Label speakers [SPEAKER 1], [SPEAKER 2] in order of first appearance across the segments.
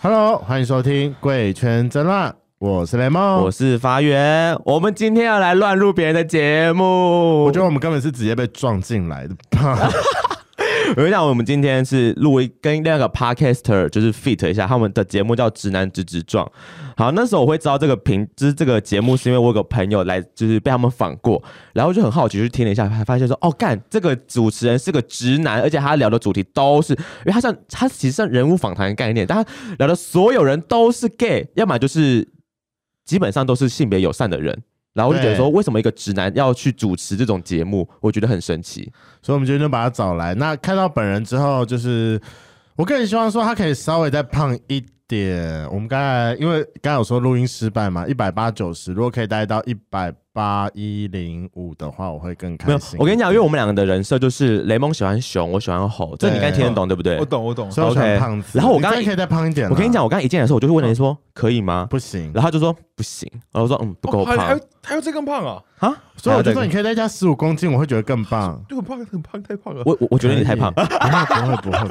[SPEAKER 1] Hello，欢迎收听《贵圈真乱》，我是雷梦。
[SPEAKER 2] 我是发源，我们今天要来乱入别人的节
[SPEAKER 1] 我
[SPEAKER 2] 目。
[SPEAKER 1] 觉得我们根本是直接被撞进来的吧？
[SPEAKER 2] 我跟你讲，我们今天是录一跟那个 podcaster 就是 fit 一下，他们的节目叫《直男直直撞》。好，那时候我会知道这个频，就是这个节目，是因为我有个朋友来，就是被他们访过，然后就很好奇去听了一下，才发现说，哦，干，这个主持人是个直男，而且他聊的主题都是，因为他像他其实像人物访谈的概念，但他聊的所有人都是 gay，要么就是基本上都是性别友善的人。然后我就觉得说，为什么一个直男要去主持这种节目？我觉得很神奇。
[SPEAKER 1] 所以我们今天就把他找来。那看到本人之后，就是我个人希望说他可以稍微再胖一点。我们刚才因为刚才有说录音失败嘛，一百八九十，如果可以带到一百八一零五的话，我会更
[SPEAKER 2] 没
[SPEAKER 1] 开
[SPEAKER 2] 有
[SPEAKER 1] 心。，
[SPEAKER 2] 嗯我跟你讲，因为我们两个的人设就是雷蒙喜欢熊，我喜欢猴，这你应该听得懂，对不对
[SPEAKER 3] 我？懂，我懂。
[SPEAKER 1] 所以我啊喜欢
[SPEAKER 2] OK
[SPEAKER 1] 胖子。
[SPEAKER 2] 然后我
[SPEAKER 1] 你
[SPEAKER 2] 刚
[SPEAKER 1] 真的可以再胖一点啦。
[SPEAKER 2] 我跟你讲，我刚刚一进来的时候，我就问人家说可以吗？
[SPEAKER 1] 不行，
[SPEAKER 2] 然后他就说不行，然后我说嗯不够
[SPEAKER 3] 哦还还
[SPEAKER 2] 胖
[SPEAKER 3] 有还有这更胖啊！
[SPEAKER 2] 啊，
[SPEAKER 1] 所以我就
[SPEAKER 2] 还
[SPEAKER 1] 说
[SPEAKER 2] 有
[SPEAKER 1] 你
[SPEAKER 2] 这
[SPEAKER 1] 可
[SPEAKER 2] 个
[SPEAKER 1] 以再加十五公斤，我会觉得更棒。
[SPEAKER 3] 就很胖，很胖，太胖了。
[SPEAKER 2] 我我我觉得你太
[SPEAKER 1] 啊
[SPEAKER 2] 胖，
[SPEAKER 1] 不会不会不会，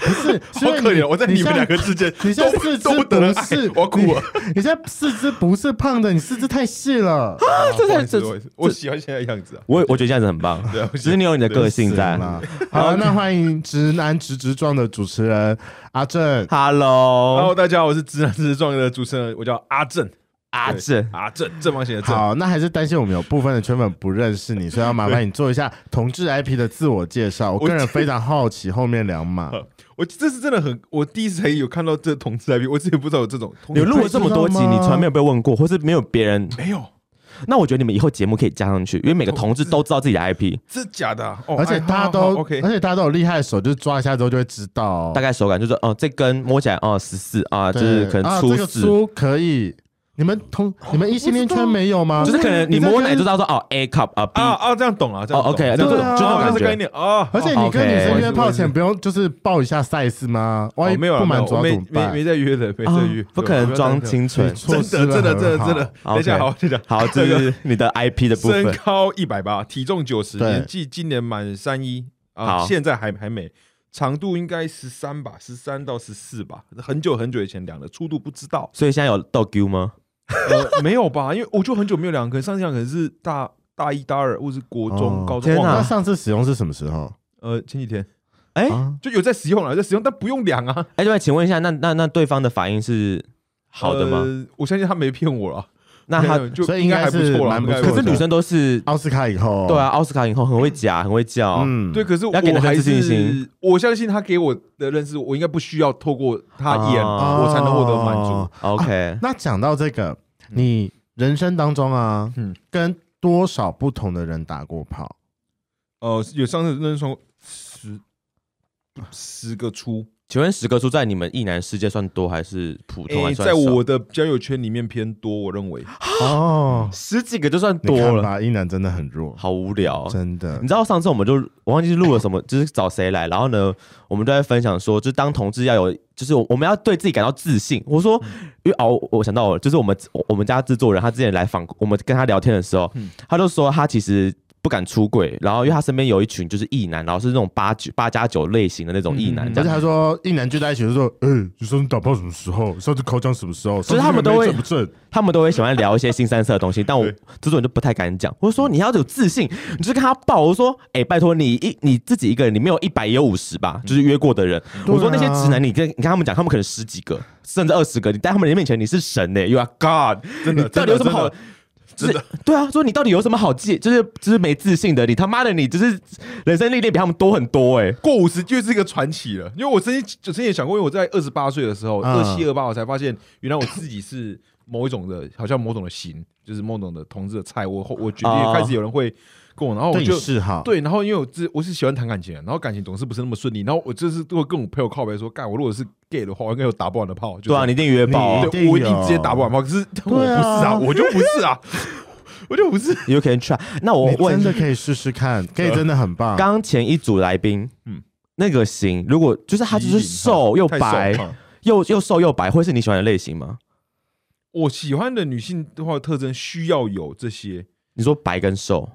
[SPEAKER 1] 不是，是
[SPEAKER 3] 好
[SPEAKER 1] 因为
[SPEAKER 3] 可怜，我在你
[SPEAKER 1] 现
[SPEAKER 3] 们
[SPEAKER 1] 在
[SPEAKER 3] 两个之间
[SPEAKER 1] 你现在
[SPEAKER 3] 都
[SPEAKER 1] 四肢
[SPEAKER 3] 都不得了
[SPEAKER 1] 不
[SPEAKER 3] 爱
[SPEAKER 1] 是，
[SPEAKER 3] 我要哭啊了。
[SPEAKER 1] 你现在四肢不是胖的，你四肢太细了。
[SPEAKER 3] 啊
[SPEAKER 2] 这才
[SPEAKER 3] 不好意思
[SPEAKER 2] 这
[SPEAKER 3] 不好意思我喜欢现在的样子啊。
[SPEAKER 2] 我我觉得这样子很棒，
[SPEAKER 3] 对啊，我
[SPEAKER 2] 只
[SPEAKER 1] 哦
[SPEAKER 2] 是你有你的个性在。
[SPEAKER 1] 啦。好了，那欢迎直男直直撞的主持人阿正。
[SPEAKER 2] Hello，
[SPEAKER 3] Hello，大家好，我是直男直撞的主持人，我叫阿正，
[SPEAKER 2] 阿正，
[SPEAKER 3] 阿正，正方形的正。
[SPEAKER 1] 好，那还是担心我们有部分的圈粉不认识你，所以要麻烦你做一下同志 IP 的自我介绍。我个人非常好奇后面两码，
[SPEAKER 3] 哦我这是真的很，我第一次才有看到这同志 IP，我之前不知道有这种同
[SPEAKER 2] 你
[SPEAKER 3] 志。
[SPEAKER 2] 录了这么多集，
[SPEAKER 1] 你知道吗
[SPEAKER 2] 你从来没有被问过，或是没有别人，
[SPEAKER 3] 没有？
[SPEAKER 2] 那我觉得你们以后节目可以加上去，因为每个同志都知道自己的 IP，
[SPEAKER 3] 这假的啊？哦
[SPEAKER 1] 而且
[SPEAKER 3] 哎
[SPEAKER 1] 大家
[SPEAKER 3] 好
[SPEAKER 1] 都
[SPEAKER 3] 好 OK
[SPEAKER 1] 而。且大家都有厉害的手，就是抓一下之后就会知道哦。
[SPEAKER 2] 大概手感就是哦，这根摸起来哦十四啊，就
[SPEAKER 1] 对
[SPEAKER 2] 是可能
[SPEAKER 1] 啊
[SPEAKER 2] 粗
[SPEAKER 1] 这个
[SPEAKER 2] 四，
[SPEAKER 1] 粗可以。你们同你们异性恋圈没有吗？
[SPEAKER 2] 就是可能你摸奶就知道说哦 A cup 啊 B
[SPEAKER 3] 啊啊，这样懂了，这样
[SPEAKER 2] 哦
[SPEAKER 3] 懂
[SPEAKER 2] ，OK，
[SPEAKER 3] 这样
[SPEAKER 1] 对
[SPEAKER 3] 懂
[SPEAKER 1] 对
[SPEAKER 3] 了
[SPEAKER 1] 就那种
[SPEAKER 3] 哦
[SPEAKER 2] 感
[SPEAKER 3] 这
[SPEAKER 2] 觉
[SPEAKER 3] 概念啊。
[SPEAKER 1] 而且你跟
[SPEAKER 2] OK
[SPEAKER 1] 女生约炮前不用就是报一下 size 吗？万一
[SPEAKER 3] 哦没有啊
[SPEAKER 1] 不满
[SPEAKER 3] 没有
[SPEAKER 1] 足要
[SPEAKER 3] 我
[SPEAKER 1] 怎
[SPEAKER 3] 没
[SPEAKER 1] 么
[SPEAKER 3] 没
[SPEAKER 1] 办
[SPEAKER 3] 没？在约的，没在约
[SPEAKER 2] 啊，不可能装
[SPEAKER 3] 清。
[SPEAKER 2] 清纯。
[SPEAKER 1] 错
[SPEAKER 3] 真
[SPEAKER 1] 失了
[SPEAKER 3] 的，真的，
[SPEAKER 1] 很
[SPEAKER 3] 真的，
[SPEAKER 1] 好
[SPEAKER 2] 好
[SPEAKER 3] 真的。等一下，
[SPEAKER 2] OK
[SPEAKER 3] 好，等一下，
[SPEAKER 2] 好，这
[SPEAKER 3] 这个
[SPEAKER 2] 是你的 IP 的部分
[SPEAKER 3] 身。高一百八，体重九十，
[SPEAKER 1] 对
[SPEAKER 3] 年纪今年满三一啊，
[SPEAKER 2] 好。
[SPEAKER 3] 现在还还没。长度应该十三吧，十三到十四吧，很久很久以前量的，粗度不知道
[SPEAKER 2] 所以现在有逗 Q 吗？
[SPEAKER 3] 呃， 没有吧？因为我就很久没有量，可能上次量可能是大大一、大二，或是国中、
[SPEAKER 1] 哦
[SPEAKER 3] 高中。
[SPEAKER 2] 天
[SPEAKER 3] 忘
[SPEAKER 2] 哪
[SPEAKER 1] 那
[SPEAKER 3] 了
[SPEAKER 1] 上次使用是什么时候？
[SPEAKER 3] 呃，前几天
[SPEAKER 2] 哎
[SPEAKER 1] 啊
[SPEAKER 3] 就有在使用了，有在使用，但不用量啊。
[SPEAKER 2] 哎，对，请问一下，那那那对方的反应是好的吗？
[SPEAKER 3] 呃？我相信他没骗我了。
[SPEAKER 2] 那他
[SPEAKER 3] 没有就
[SPEAKER 1] 所以应
[SPEAKER 3] 应
[SPEAKER 1] 该
[SPEAKER 3] 还不
[SPEAKER 1] 是
[SPEAKER 3] 错了，
[SPEAKER 1] 蛮
[SPEAKER 3] 应
[SPEAKER 1] 不
[SPEAKER 3] 该还
[SPEAKER 1] 错
[SPEAKER 3] 不
[SPEAKER 2] 可
[SPEAKER 3] 错
[SPEAKER 2] 是女生都是
[SPEAKER 1] 奥斯卡以后？
[SPEAKER 2] 对啊，，奥斯卡影后很会夹，很会叫。
[SPEAKER 1] 哦嗯，
[SPEAKER 3] 对，，可是
[SPEAKER 2] 要给
[SPEAKER 3] 我
[SPEAKER 2] 他
[SPEAKER 3] 还
[SPEAKER 2] 自信心
[SPEAKER 3] 是我相信他给我的认识，我应该不需要透过他演，
[SPEAKER 2] 啊
[SPEAKER 3] 我才能获得满足。。
[SPEAKER 2] OK，
[SPEAKER 1] 那讲到这个，你人生当中啊，
[SPEAKER 3] 嗯
[SPEAKER 1] 跟多少不同的人打过炮？
[SPEAKER 3] 呃，有上次认识从十十个出，
[SPEAKER 2] 请问十个猪在你们异男世界算多还是普通？还
[SPEAKER 3] 诶
[SPEAKER 2] 算
[SPEAKER 3] 在
[SPEAKER 2] 少
[SPEAKER 3] 我的交友圈里面偏多，我认为。
[SPEAKER 1] 哦，
[SPEAKER 2] 十几个就算
[SPEAKER 1] 你
[SPEAKER 2] 多
[SPEAKER 1] 看
[SPEAKER 2] 了，哦
[SPEAKER 1] 吧，一男真的很弱，
[SPEAKER 2] 好无聊。
[SPEAKER 1] 真
[SPEAKER 3] 嗯
[SPEAKER 1] 的
[SPEAKER 2] 你。知道上次我们就我忘记录了什么，就是找谁来，然后呢，我们就在分享说，就是当同志要有，就是我我们要对自己感到自信。我说，
[SPEAKER 3] 嗯
[SPEAKER 2] 因为哦，我我想到了，就是我们我我们家制作人他之前来访我们跟他聊天的时候，
[SPEAKER 3] 嗯
[SPEAKER 2] 他就说他其实。不敢出柜，然后因为他身边有一群就是异男，然后是那种八九八加九类型的那种异男，
[SPEAKER 3] 嗯
[SPEAKER 2] 这
[SPEAKER 1] 而且
[SPEAKER 2] 样
[SPEAKER 1] 他说，一男聚在一起就说：“哎、你上次打炮什么时候？上次口讲什么时候？
[SPEAKER 2] 是他们都
[SPEAKER 1] 上次你们没
[SPEAKER 2] 会
[SPEAKER 1] 正不正？
[SPEAKER 2] 他们都会喜欢聊一些新三色的东西，但我
[SPEAKER 3] 对
[SPEAKER 2] 制作人就不太敢讲。我就说你要有自信，你就跟他报，我说哎、拜托你一你自己一个人，你没有一百也有五十吧，
[SPEAKER 3] 嗯
[SPEAKER 2] 就是约过的人。
[SPEAKER 1] 对啊
[SPEAKER 2] 我说那些直男，你跟你跟他们讲，他们可能十几个甚至二十个，你在他们面前你是神呢、y o u are God，
[SPEAKER 3] 真的
[SPEAKER 2] 你到底有什么好？
[SPEAKER 3] 真的真的
[SPEAKER 2] 就是对啊，说你到底有什么好介，就是就是没自信的，你他妈的你就是人生历练比他们多很多哎、
[SPEAKER 3] 过五十就是一个传奇了，因为我曾经我曾经也想过，因为我在二十八岁的时候，
[SPEAKER 1] 嗯
[SPEAKER 3] 二七二八，我才发现原来我自己是某一种的，好像某种的型，就是某种的同志的菜。我后我决
[SPEAKER 2] 哦
[SPEAKER 3] 定开始有人会跟我，然后我
[SPEAKER 1] 对
[SPEAKER 3] 哦就
[SPEAKER 1] 你示好。
[SPEAKER 3] 啊对，然后因为我自我是喜欢谈感情的，然后感情总是不是那么顺利，然后我就是都会跟我朋友靠白说，干我如果是 gay 的话，我应该有打不完的炮，就是、
[SPEAKER 2] 对啊，你一定约爆、啊
[SPEAKER 1] 你一定
[SPEAKER 3] 对，我一定
[SPEAKER 1] 有
[SPEAKER 3] 直接打不完炮，可是我不是
[SPEAKER 1] 啊
[SPEAKER 3] 啊，我就不是啊，我就不是，
[SPEAKER 2] ，You can try。那我
[SPEAKER 1] 你
[SPEAKER 2] 问
[SPEAKER 1] 真
[SPEAKER 2] 一下
[SPEAKER 1] 的可以试试看，可以真的很棒。
[SPEAKER 2] 刚前一组来宾，嗯
[SPEAKER 3] 嗯，
[SPEAKER 2] 那个型，如果就是他就是瘦又白
[SPEAKER 3] 太，瘦了
[SPEAKER 2] 又又瘦又白，会是你喜欢的类型吗？
[SPEAKER 3] 我喜欢的女性的话特征需要有这些。
[SPEAKER 2] 你说白跟瘦，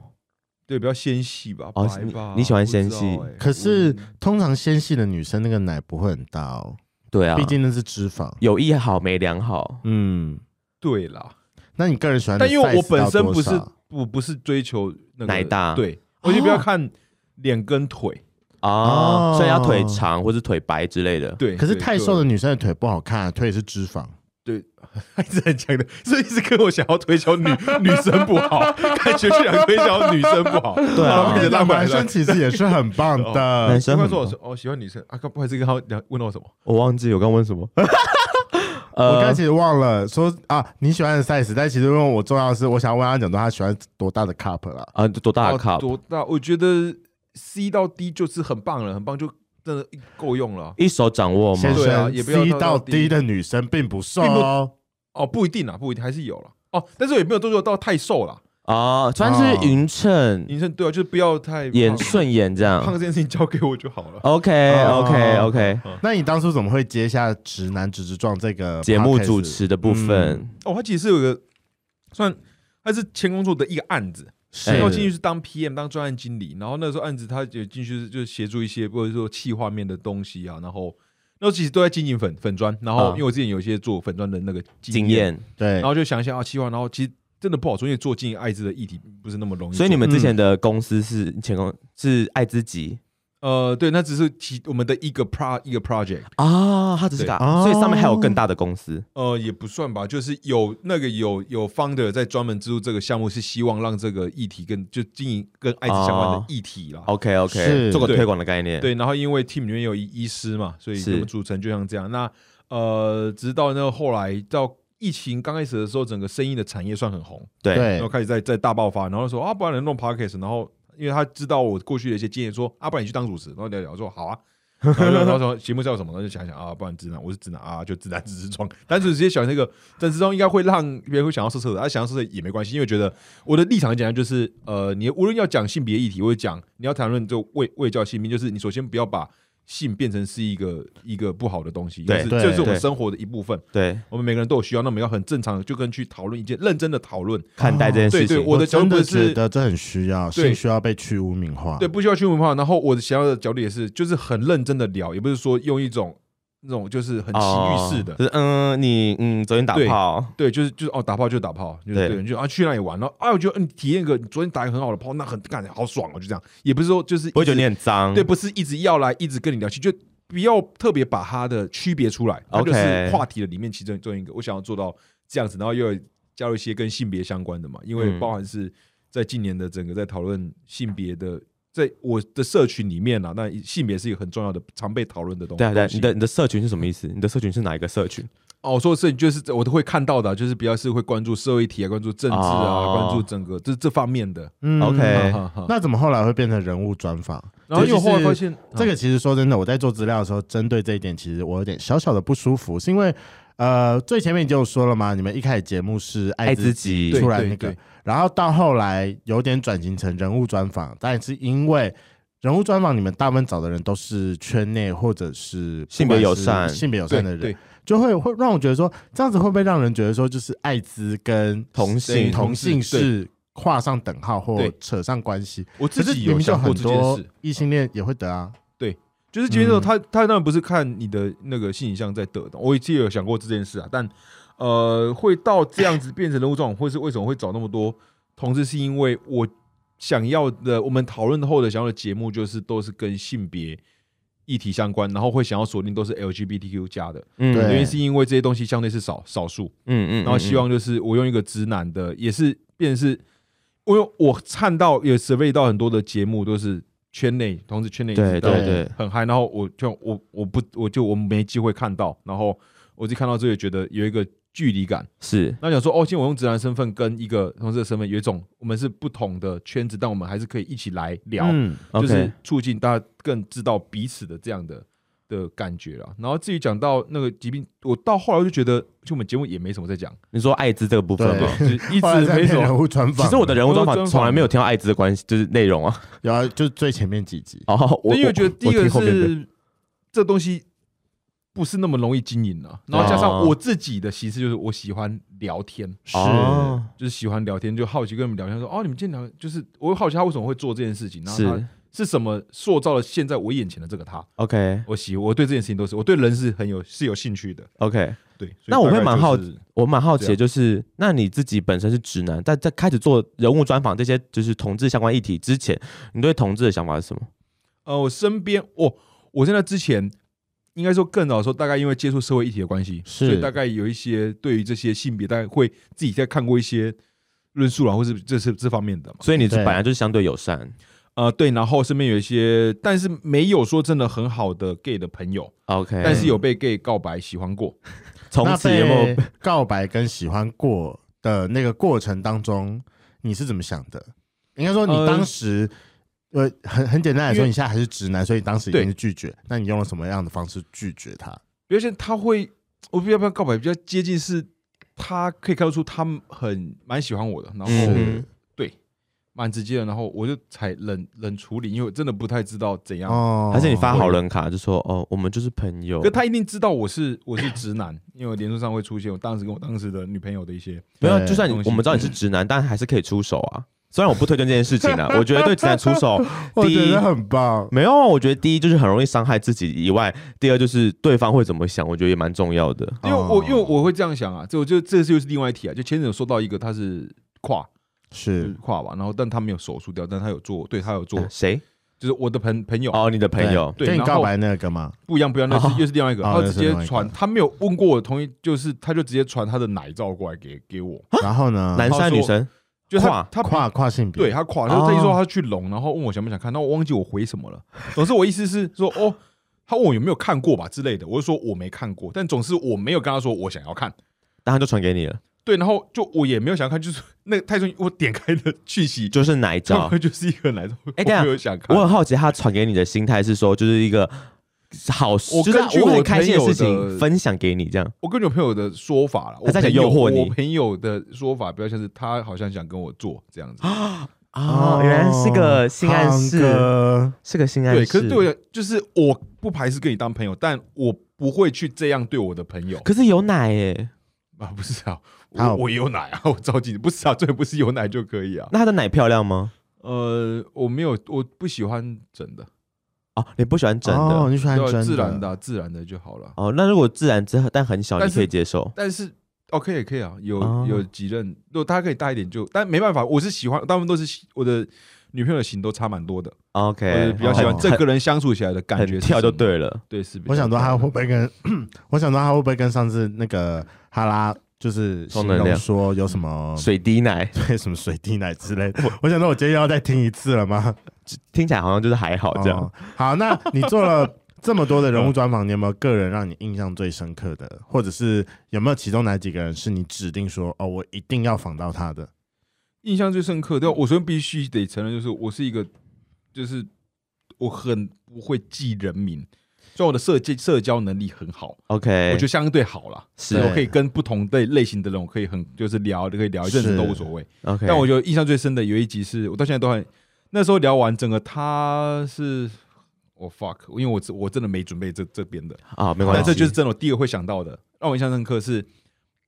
[SPEAKER 3] 对，比较纤细吧，
[SPEAKER 2] 哦
[SPEAKER 3] 白吧
[SPEAKER 2] 你你喜欢
[SPEAKER 3] 不知
[SPEAKER 2] 纤
[SPEAKER 3] 道
[SPEAKER 2] 细
[SPEAKER 3] 欸
[SPEAKER 1] 可是
[SPEAKER 3] 嗯
[SPEAKER 1] 通常纤细的女生那个奶不会很大哦，
[SPEAKER 2] 对啊，
[SPEAKER 1] 毕竟那是脂肪。
[SPEAKER 2] 有一好没两好，
[SPEAKER 1] 嗯，
[SPEAKER 3] 对啦，
[SPEAKER 1] 那你个人喜欢的 size
[SPEAKER 3] 哎
[SPEAKER 1] 到多少？
[SPEAKER 3] 但因为我本身不是我不是追求那个
[SPEAKER 2] 奶大
[SPEAKER 3] 对，我就不要看脸跟腿，
[SPEAKER 2] 哦
[SPEAKER 1] 哦，
[SPEAKER 2] 所以要腿长或是腿白之类的。
[SPEAKER 3] 对。
[SPEAKER 1] 可是
[SPEAKER 3] 对
[SPEAKER 1] 太瘦的，女生的腿不好看，啊腿也是脂肪。
[SPEAKER 3] 对，对一直很强的，所以一直跟我想要推销女 女生不好， 感觉就想推销女生不好，对
[SPEAKER 2] 啊
[SPEAKER 3] 然后一直拉回来
[SPEAKER 1] 哦男生其实也是很棒
[SPEAKER 2] 男
[SPEAKER 1] 的。
[SPEAKER 2] 生
[SPEAKER 3] 奇怪
[SPEAKER 2] 很
[SPEAKER 3] 说我说哦喜欢女生啊，刚不好意思跟他聊问到我什么？
[SPEAKER 2] 我忘记我刚问什么。
[SPEAKER 1] 我刚
[SPEAKER 2] 呃
[SPEAKER 1] 其，实忘了说啊，你喜欢的 size，但其实问我重要的是，我想问他讲到他喜欢多大的 cup 啦。
[SPEAKER 2] 啊，多大的
[SPEAKER 3] 啊
[SPEAKER 2] cup？
[SPEAKER 3] 多大？我觉得 C 到 D 就是很棒了，很棒，就真的够用了。
[SPEAKER 2] 一手掌握吗
[SPEAKER 1] 先？
[SPEAKER 3] 对啊
[SPEAKER 1] 生
[SPEAKER 3] 也不要
[SPEAKER 1] ，C
[SPEAKER 3] 到
[SPEAKER 1] 到
[SPEAKER 3] 低
[SPEAKER 1] D 的女生并不瘦
[SPEAKER 3] 并不
[SPEAKER 1] 哦。
[SPEAKER 3] 哦，不一定啊，不一定，还是有了。哦，但是也没有做到太瘦了。
[SPEAKER 2] 啊，穿是匀称，
[SPEAKER 3] 女生对啊，就是不要太
[SPEAKER 2] 眼
[SPEAKER 3] 胖
[SPEAKER 2] 顺眼这
[SPEAKER 3] 胖
[SPEAKER 2] 样。
[SPEAKER 3] 这件事情交给我就好了。
[SPEAKER 2] OK
[SPEAKER 1] 哦
[SPEAKER 2] OK OK，
[SPEAKER 1] 那你当初怎么会接下《直男直直撞》这个
[SPEAKER 2] 节目主
[SPEAKER 1] podcast？
[SPEAKER 2] 持的部分
[SPEAKER 3] 哦，他其实是有一个算他是前工作的一个案子，
[SPEAKER 2] 哎
[SPEAKER 1] 是
[SPEAKER 3] 然后进去是当 PM 当专案经理，然后那时候案子他也进去就是协助一些或者说企画面的东西啊，然后那时候其实都在经营粉粉砖，然后
[SPEAKER 2] 嗯
[SPEAKER 3] 因为我之前有一些做粉砖的那个
[SPEAKER 2] 经
[SPEAKER 3] 验，
[SPEAKER 2] 验，
[SPEAKER 1] 对
[SPEAKER 3] 然，后就想一想啊企划，然后其实真的不好做，因为做经营艾滋的议题不是那么容易做，
[SPEAKER 2] 所以你们
[SPEAKER 1] 嗯
[SPEAKER 2] 之前的公司是前公是爱之己
[SPEAKER 3] 呃对，那只是其我们的一个 pro 一个 project，
[SPEAKER 2] 啊，它只是
[SPEAKER 3] 对
[SPEAKER 2] 个，
[SPEAKER 1] 哦
[SPEAKER 2] 所以上面还有更大的公司
[SPEAKER 3] 呃，也不算吧，就是有那个有有方的在专门资助这个项目，是希望让这个议题跟就经营跟艾滋相关
[SPEAKER 2] 哦
[SPEAKER 3] 的议题啦。
[SPEAKER 2] ，OK OK，
[SPEAKER 1] 是
[SPEAKER 2] 做个
[SPEAKER 3] 对
[SPEAKER 2] 推广的概念，
[SPEAKER 3] 对，然后因为 team 里面有医医师嘛，所以
[SPEAKER 2] 是
[SPEAKER 3] 我们组成就像这样。那呃，直到那个后来到疫情刚开始的时候，整个生意的产业算很红，
[SPEAKER 2] 对，
[SPEAKER 3] 然后
[SPEAKER 1] 对，
[SPEAKER 3] 开始在在大爆发，然后说啊，不然能弄 podcast，然后因为他知道我过去的一些经验，说啊，不然你去当主持，然后聊聊，我说好啊。然后就然后说 啊节目叫什么，然后就想想啊，不然直男，我是直男啊，就直男直直装， 但是直接想那个但直装应该会让别人会想要色色的，啊，想要色色也没关系，因为觉得我的立场很简单，就是呃，你无论要讲性别议题，或者讲你要谈论就卫卫教性命，就是你首先不要把性变成是一个一个不好的东西，
[SPEAKER 2] 对
[SPEAKER 3] 就是
[SPEAKER 1] 对
[SPEAKER 3] 这是我
[SPEAKER 2] 对
[SPEAKER 3] 们生活的一部分，
[SPEAKER 2] 对，
[SPEAKER 3] 我们每个人都有需要，那么要很正常，就跟去讨论一件认真的讨论，
[SPEAKER 2] 看待这件事
[SPEAKER 3] 对对
[SPEAKER 2] 情，
[SPEAKER 3] 我的角
[SPEAKER 1] 真
[SPEAKER 3] 度
[SPEAKER 1] 的
[SPEAKER 3] 不
[SPEAKER 1] 觉
[SPEAKER 3] 是
[SPEAKER 1] 得这很需要，
[SPEAKER 3] 对
[SPEAKER 1] 性需要被去污名化。
[SPEAKER 3] 对，不需要去文化。然后我的想要的角度也是，就是很认真的聊，也不是说用一种那种就是很
[SPEAKER 2] 哦
[SPEAKER 3] 情欲式的，
[SPEAKER 2] 就是嗯，你嗯昨天打
[SPEAKER 3] 对
[SPEAKER 2] 炮，
[SPEAKER 3] 对，就是就是哦，打炮就打炮，就是
[SPEAKER 2] 对
[SPEAKER 3] 对，你就啊去那里玩，然后啊，我觉得嗯，体验一个你昨天打一个很好的炮，那很干好爽哦，就这样，也不是说就是
[SPEAKER 2] 不会觉得你
[SPEAKER 3] 念
[SPEAKER 2] 很脏，
[SPEAKER 3] 对，不是一直要来一直跟你聊去，就不要特别把它的区别出来，它就
[SPEAKER 2] OK
[SPEAKER 3] 是话题的里面其中其中一个，我想要做到这样子，然后又有加入一些跟性别相关的嘛，因为
[SPEAKER 2] 嗯
[SPEAKER 3] 包含是在近年的整个在讨论性别的。在我的社群里面啦，那性别是一个很重要的、常被讨论的东
[SPEAKER 2] 对啊对啊
[SPEAKER 3] 东，西。
[SPEAKER 2] 你的你的社群是什么意思？你的社群是哪一个社群？
[SPEAKER 3] 哦，我说的事情就是我都会看到的啊，就是比较是会关注社会议题啊，关注政治啊，
[SPEAKER 2] 哦
[SPEAKER 3] 关注整个这这方面的。
[SPEAKER 1] 嗯
[SPEAKER 2] OK 哎
[SPEAKER 3] 哈哈哈
[SPEAKER 1] 那怎么后来会变成人物专访？
[SPEAKER 3] 然后因为
[SPEAKER 1] 尤
[SPEAKER 3] 我
[SPEAKER 1] 其是
[SPEAKER 3] 后来发现啊
[SPEAKER 1] 这个其实说真的，我在做资料的时候，针对这一点，其实我有点小小的不舒服，是因为呃，最前面就有说了嘛，你们一开始节目是爱
[SPEAKER 2] 爱
[SPEAKER 1] 自
[SPEAKER 2] 自
[SPEAKER 1] 己
[SPEAKER 2] 己
[SPEAKER 3] 对
[SPEAKER 1] 出来那个，然后到后来有点转型成人物专访，但是因为人物专访，你们大部分找的人都是圈内或者是
[SPEAKER 2] 性别友善
[SPEAKER 1] 不管是性别友
[SPEAKER 3] 对
[SPEAKER 1] 善的
[SPEAKER 3] 对
[SPEAKER 1] 人，就会会让我觉得说，这样子会不会让人觉得说，就是艾滋跟
[SPEAKER 2] 同性
[SPEAKER 3] 对
[SPEAKER 1] 同性
[SPEAKER 3] 同志对
[SPEAKER 1] 是画上等号或
[SPEAKER 3] 对
[SPEAKER 1] 扯上关系？
[SPEAKER 3] 我
[SPEAKER 1] 可
[SPEAKER 3] 自
[SPEAKER 1] 是
[SPEAKER 3] 己
[SPEAKER 1] 明
[SPEAKER 3] 有
[SPEAKER 1] 明就
[SPEAKER 3] 想过
[SPEAKER 1] 很
[SPEAKER 3] 这件
[SPEAKER 1] 多
[SPEAKER 3] 事，
[SPEAKER 1] 异性恋也会得啊，
[SPEAKER 3] 就是结
[SPEAKER 1] 嗯
[SPEAKER 3] 论他他当然不是看你的那个性影像在得的，我自己有想过这件事啊，但呃，会到这样子变成人物状况，或是为什么会找那么多同志，是因为我想要的，我们讨论后的想要的节目就是都是跟性别议题相关，然后会想要锁定都是 LGBTQ 加的，
[SPEAKER 2] 嗯
[SPEAKER 1] 对
[SPEAKER 3] 原因是因为这些东西相对是少少数，
[SPEAKER 2] 嗯嗯，
[SPEAKER 3] 然后
[SPEAKER 2] 嗯
[SPEAKER 3] 希望就是我用一个直男的，也是变成是，因为我看到也 survey 到很多的节目都是圈内同志圈内
[SPEAKER 2] 对
[SPEAKER 3] 知道
[SPEAKER 2] 对对，
[SPEAKER 3] 很嗨，然后我就我我不我就我没机会看到，然后我就看到这里觉得有一个距离感，
[SPEAKER 2] 是
[SPEAKER 3] 那想说哦，现在我用直男身份跟一个同志的身份有一种我们是不同的圈子，但我们还是可以一起来聊，
[SPEAKER 1] 嗯，
[SPEAKER 2] OK
[SPEAKER 3] 就是促进大家更知道彼此的这样的的感觉了。然后至于讲到那个疾病，我到后来我就觉得，就我们节目也没什么在讲，
[SPEAKER 2] 你说艾滋这个部分
[SPEAKER 1] 对
[SPEAKER 2] 吗？
[SPEAKER 3] 就是一
[SPEAKER 1] 后来
[SPEAKER 3] 直
[SPEAKER 1] 在
[SPEAKER 3] 没什
[SPEAKER 1] 变人
[SPEAKER 3] 么。
[SPEAKER 1] 物专
[SPEAKER 2] 其
[SPEAKER 1] 访。
[SPEAKER 2] 实我的人物专访从来没有听到艾滋的关系，就是内容啊。
[SPEAKER 1] 有啊，就是最前面几集，
[SPEAKER 2] 哦，我
[SPEAKER 3] 因为我觉得第一
[SPEAKER 2] 我
[SPEAKER 3] 个
[SPEAKER 2] 听后面的
[SPEAKER 3] 是这东西不是那么容易经营啊，然后加上我自己的形式就是我喜欢聊天，
[SPEAKER 1] 是
[SPEAKER 2] 哦
[SPEAKER 3] 就是喜欢聊天，就好奇跟你们聊天说哦，你们今天聊就是我会好奇他为什么会做这件事情，然后他
[SPEAKER 2] 是
[SPEAKER 3] 是什么塑造了现在我眼前的这个他？
[SPEAKER 2] OK
[SPEAKER 3] 我喜我对这件事情都是，我对人是很有是有兴趣的。
[SPEAKER 2] OK，
[SPEAKER 3] 对，所以
[SPEAKER 2] 那我
[SPEAKER 3] 大
[SPEAKER 2] 会
[SPEAKER 3] 概
[SPEAKER 2] 蛮
[SPEAKER 3] 就
[SPEAKER 2] 好
[SPEAKER 3] 是
[SPEAKER 2] 我蛮好奇
[SPEAKER 3] 这
[SPEAKER 2] 的，
[SPEAKER 3] 样
[SPEAKER 2] 就是那你自己本身是直男，在在开始做人物专访这些就是同志相关议题之前，你对同志的想法是什么？
[SPEAKER 3] 呃，我身边哦，我现在之前应该说更早的时候，大概因为接触社会议题的关系，
[SPEAKER 2] 是
[SPEAKER 3] 所以大概有一些对于这些性别，大概会自己在看过一些论述啦，啊或是这是这方面的嘛。
[SPEAKER 2] 所以你是
[SPEAKER 1] 对
[SPEAKER 2] 本来就是相对友善
[SPEAKER 3] 呃，对，然后身边有一些，但是没有说真的很好的 gay 的朋友，
[SPEAKER 2] ，OK，
[SPEAKER 3] 但是有被 gay 告白喜欢过。
[SPEAKER 2] 从
[SPEAKER 1] 那
[SPEAKER 2] 此有没
[SPEAKER 1] 被
[SPEAKER 2] 有？
[SPEAKER 1] 告白跟喜欢过的那个过程当中，你是怎么想的？应该说你
[SPEAKER 3] 呃
[SPEAKER 1] 当时，呃，很很简单来
[SPEAKER 3] 因
[SPEAKER 1] 说，
[SPEAKER 3] 为
[SPEAKER 1] 你现在还是直男，所以当时已经
[SPEAKER 3] 对
[SPEAKER 1] 是拒绝。那你用了什么样的方式拒绝他？
[SPEAKER 3] 比如像他会，我比较不要告白，比较接近是，他可以看得出他很蛮喜欢我的，然后
[SPEAKER 2] 嗯
[SPEAKER 3] 蛮直接的，然后我就才冷冷处理，因为我真的不太知道怎样。
[SPEAKER 1] 哦
[SPEAKER 2] 哼，还是你发好人卡就说哦，我们就是朋友
[SPEAKER 3] 可，他一定知道我是 我是直男，因为我脸书上会出现我当时跟我当时的女朋友的一些，
[SPEAKER 2] 没有，啊
[SPEAKER 1] 对
[SPEAKER 2] 就算你
[SPEAKER 3] 东西嗯
[SPEAKER 2] 我们知道你是直男，但还是可以出手啊。虽然我不推荐这件事情啊，我觉得对直男出手，
[SPEAKER 1] 我
[SPEAKER 2] 第
[SPEAKER 1] 觉
[SPEAKER 2] 一
[SPEAKER 1] 得很棒。
[SPEAKER 2] 没有，啊我觉得第一就是很容易伤害自己以外，第二就是对方会怎么想，我觉得也蛮重要的。
[SPEAKER 3] 因为我
[SPEAKER 1] 哦
[SPEAKER 3] 因为我会这样想啊，这我就这就是另外一题啊，就前阵有说到一个他是跨就是
[SPEAKER 1] 是
[SPEAKER 3] 跨吧，然后但他没有手术掉，但他有做对他有做，
[SPEAKER 2] 啊谁？
[SPEAKER 3] 就是我的朋朋友
[SPEAKER 2] 哦，你的朋友。
[SPEAKER 3] 对
[SPEAKER 1] 跟你
[SPEAKER 3] 然后
[SPEAKER 1] 告白那个吗？
[SPEAKER 3] 不一样不一样，那
[SPEAKER 2] 哦
[SPEAKER 3] 是又是另外一个，
[SPEAKER 1] 哦
[SPEAKER 3] 他
[SPEAKER 1] 那
[SPEAKER 3] 直
[SPEAKER 1] 是
[SPEAKER 3] 接
[SPEAKER 1] 另外一个
[SPEAKER 3] 传他没有问过我同意，就是他就直接传他的奶照过来给给我，
[SPEAKER 1] 然后
[SPEAKER 3] 嗯
[SPEAKER 1] 呢？
[SPEAKER 2] 啊男啊生还是女生
[SPEAKER 3] 就
[SPEAKER 2] 跨
[SPEAKER 3] 他他
[SPEAKER 1] 跨跨性别，
[SPEAKER 3] 对，他垮，他
[SPEAKER 2] 哦
[SPEAKER 3] 就意说他去龙，然后问我想不想看，那我忘记我回什么了。 总之我意思是说，哦，他问我有没有看过吧之类的，我就说我没看过，但总是我没有跟他说我想要看。
[SPEAKER 2] 然后就传给你了，
[SPEAKER 3] 对，然后就我也没有想要看，就是那个泰顺我点开的讯息，
[SPEAKER 2] 就是哪一
[SPEAKER 3] 他
[SPEAKER 2] 招？
[SPEAKER 3] 们就是一个来，
[SPEAKER 2] 哎
[SPEAKER 3] 我
[SPEAKER 2] 等一下
[SPEAKER 3] 没有想
[SPEAKER 2] 我
[SPEAKER 3] 看。
[SPEAKER 2] 很好奇，他传给你的心态是说，就是一个好，
[SPEAKER 3] 我
[SPEAKER 2] 就是
[SPEAKER 3] 根据
[SPEAKER 2] 我很
[SPEAKER 3] 我
[SPEAKER 2] 开心的
[SPEAKER 3] 朋友
[SPEAKER 2] 事情
[SPEAKER 3] 的
[SPEAKER 2] 分享给你，这样
[SPEAKER 3] 我跟我朋友的说法了，我
[SPEAKER 2] 他在
[SPEAKER 3] 朋
[SPEAKER 2] 诱
[SPEAKER 3] 友
[SPEAKER 2] 惑你
[SPEAKER 3] 我朋友的说法比较像是他好像想跟我做这样子。
[SPEAKER 2] 啊
[SPEAKER 1] 哦，胖哥
[SPEAKER 2] 是个性
[SPEAKER 3] 对，可是对我，就是我不排斥跟你当朋友，但我不会去这样对我的朋友。
[SPEAKER 2] 可是有奶耶，
[SPEAKER 3] 啊，不是啊，
[SPEAKER 1] 好
[SPEAKER 3] 我我有奶啊，我 着急，不是啊，最不是有奶就可以 啊。
[SPEAKER 2] 那他的奶漂亮吗？
[SPEAKER 3] 呃，我没有，我不喜欢整的，
[SPEAKER 2] 哦，你不喜欢整
[SPEAKER 1] 哦，
[SPEAKER 2] 的
[SPEAKER 1] 你喜欢
[SPEAKER 3] 要
[SPEAKER 1] 真的
[SPEAKER 3] 自然的啊、自然的就好了。
[SPEAKER 2] 哦，那如果自然之但很小，
[SPEAKER 3] 但
[SPEAKER 2] 你
[SPEAKER 3] 是
[SPEAKER 2] 可以接受。
[SPEAKER 3] 但是 OK 也可以啊，有、
[SPEAKER 2] 哦
[SPEAKER 3] 有几任，如果他可以大一点就，但没办法，我是喜欢，大部分都是喜我的女朋友的型都差蛮多的，我是
[SPEAKER 2] OK，
[SPEAKER 3] 比较喜欢
[SPEAKER 1] 哦
[SPEAKER 3] 这个人相处起来的感
[SPEAKER 2] 很
[SPEAKER 3] 觉，
[SPEAKER 2] 跳就，对了。
[SPEAKER 3] 对是比较
[SPEAKER 1] 我想说他
[SPEAKER 3] 跳
[SPEAKER 1] 会
[SPEAKER 3] 的
[SPEAKER 1] 不会跟， 我想说他会不会跟上次那个哈拉就是
[SPEAKER 2] 充
[SPEAKER 1] 形
[SPEAKER 2] 能量嗯
[SPEAKER 1] 容说有什么
[SPEAKER 3] 嗯
[SPEAKER 2] 水滴奶
[SPEAKER 1] 对什么水滴奶之类的。我想说我今天要再听一次了吗？
[SPEAKER 2] 听起来好像就是还好这样
[SPEAKER 1] 哦。好，那你做了这么多的人物专访，你有没有个人让你印象最深刻的，或者是有没有其中哪几个人是你指定说哦，我一定要访到他的？
[SPEAKER 3] 印象最深刻，但我首先必须得承认，就是我是一个，就是我很不会记人名，虽然我的社交社交能力很好，我
[SPEAKER 2] OK，
[SPEAKER 3] 觉得相对好啦，
[SPEAKER 2] 是
[SPEAKER 3] 我可以跟不同的类型的人，我可以很就是聊，可以聊一阵子
[SPEAKER 1] 是
[SPEAKER 3] 都无所谓。
[SPEAKER 2] OK，
[SPEAKER 3] 但我觉得印象最深的有一集是我到现在都很，那时候聊完整个他是。我、fuck，因为我真我真的没准备这这边的，
[SPEAKER 2] 啊没关
[SPEAKER 3] 但
[SPEAKER 2] 系，
[SPEAKER 3] 这就是真的我第一个会想到的。让我印象深刻是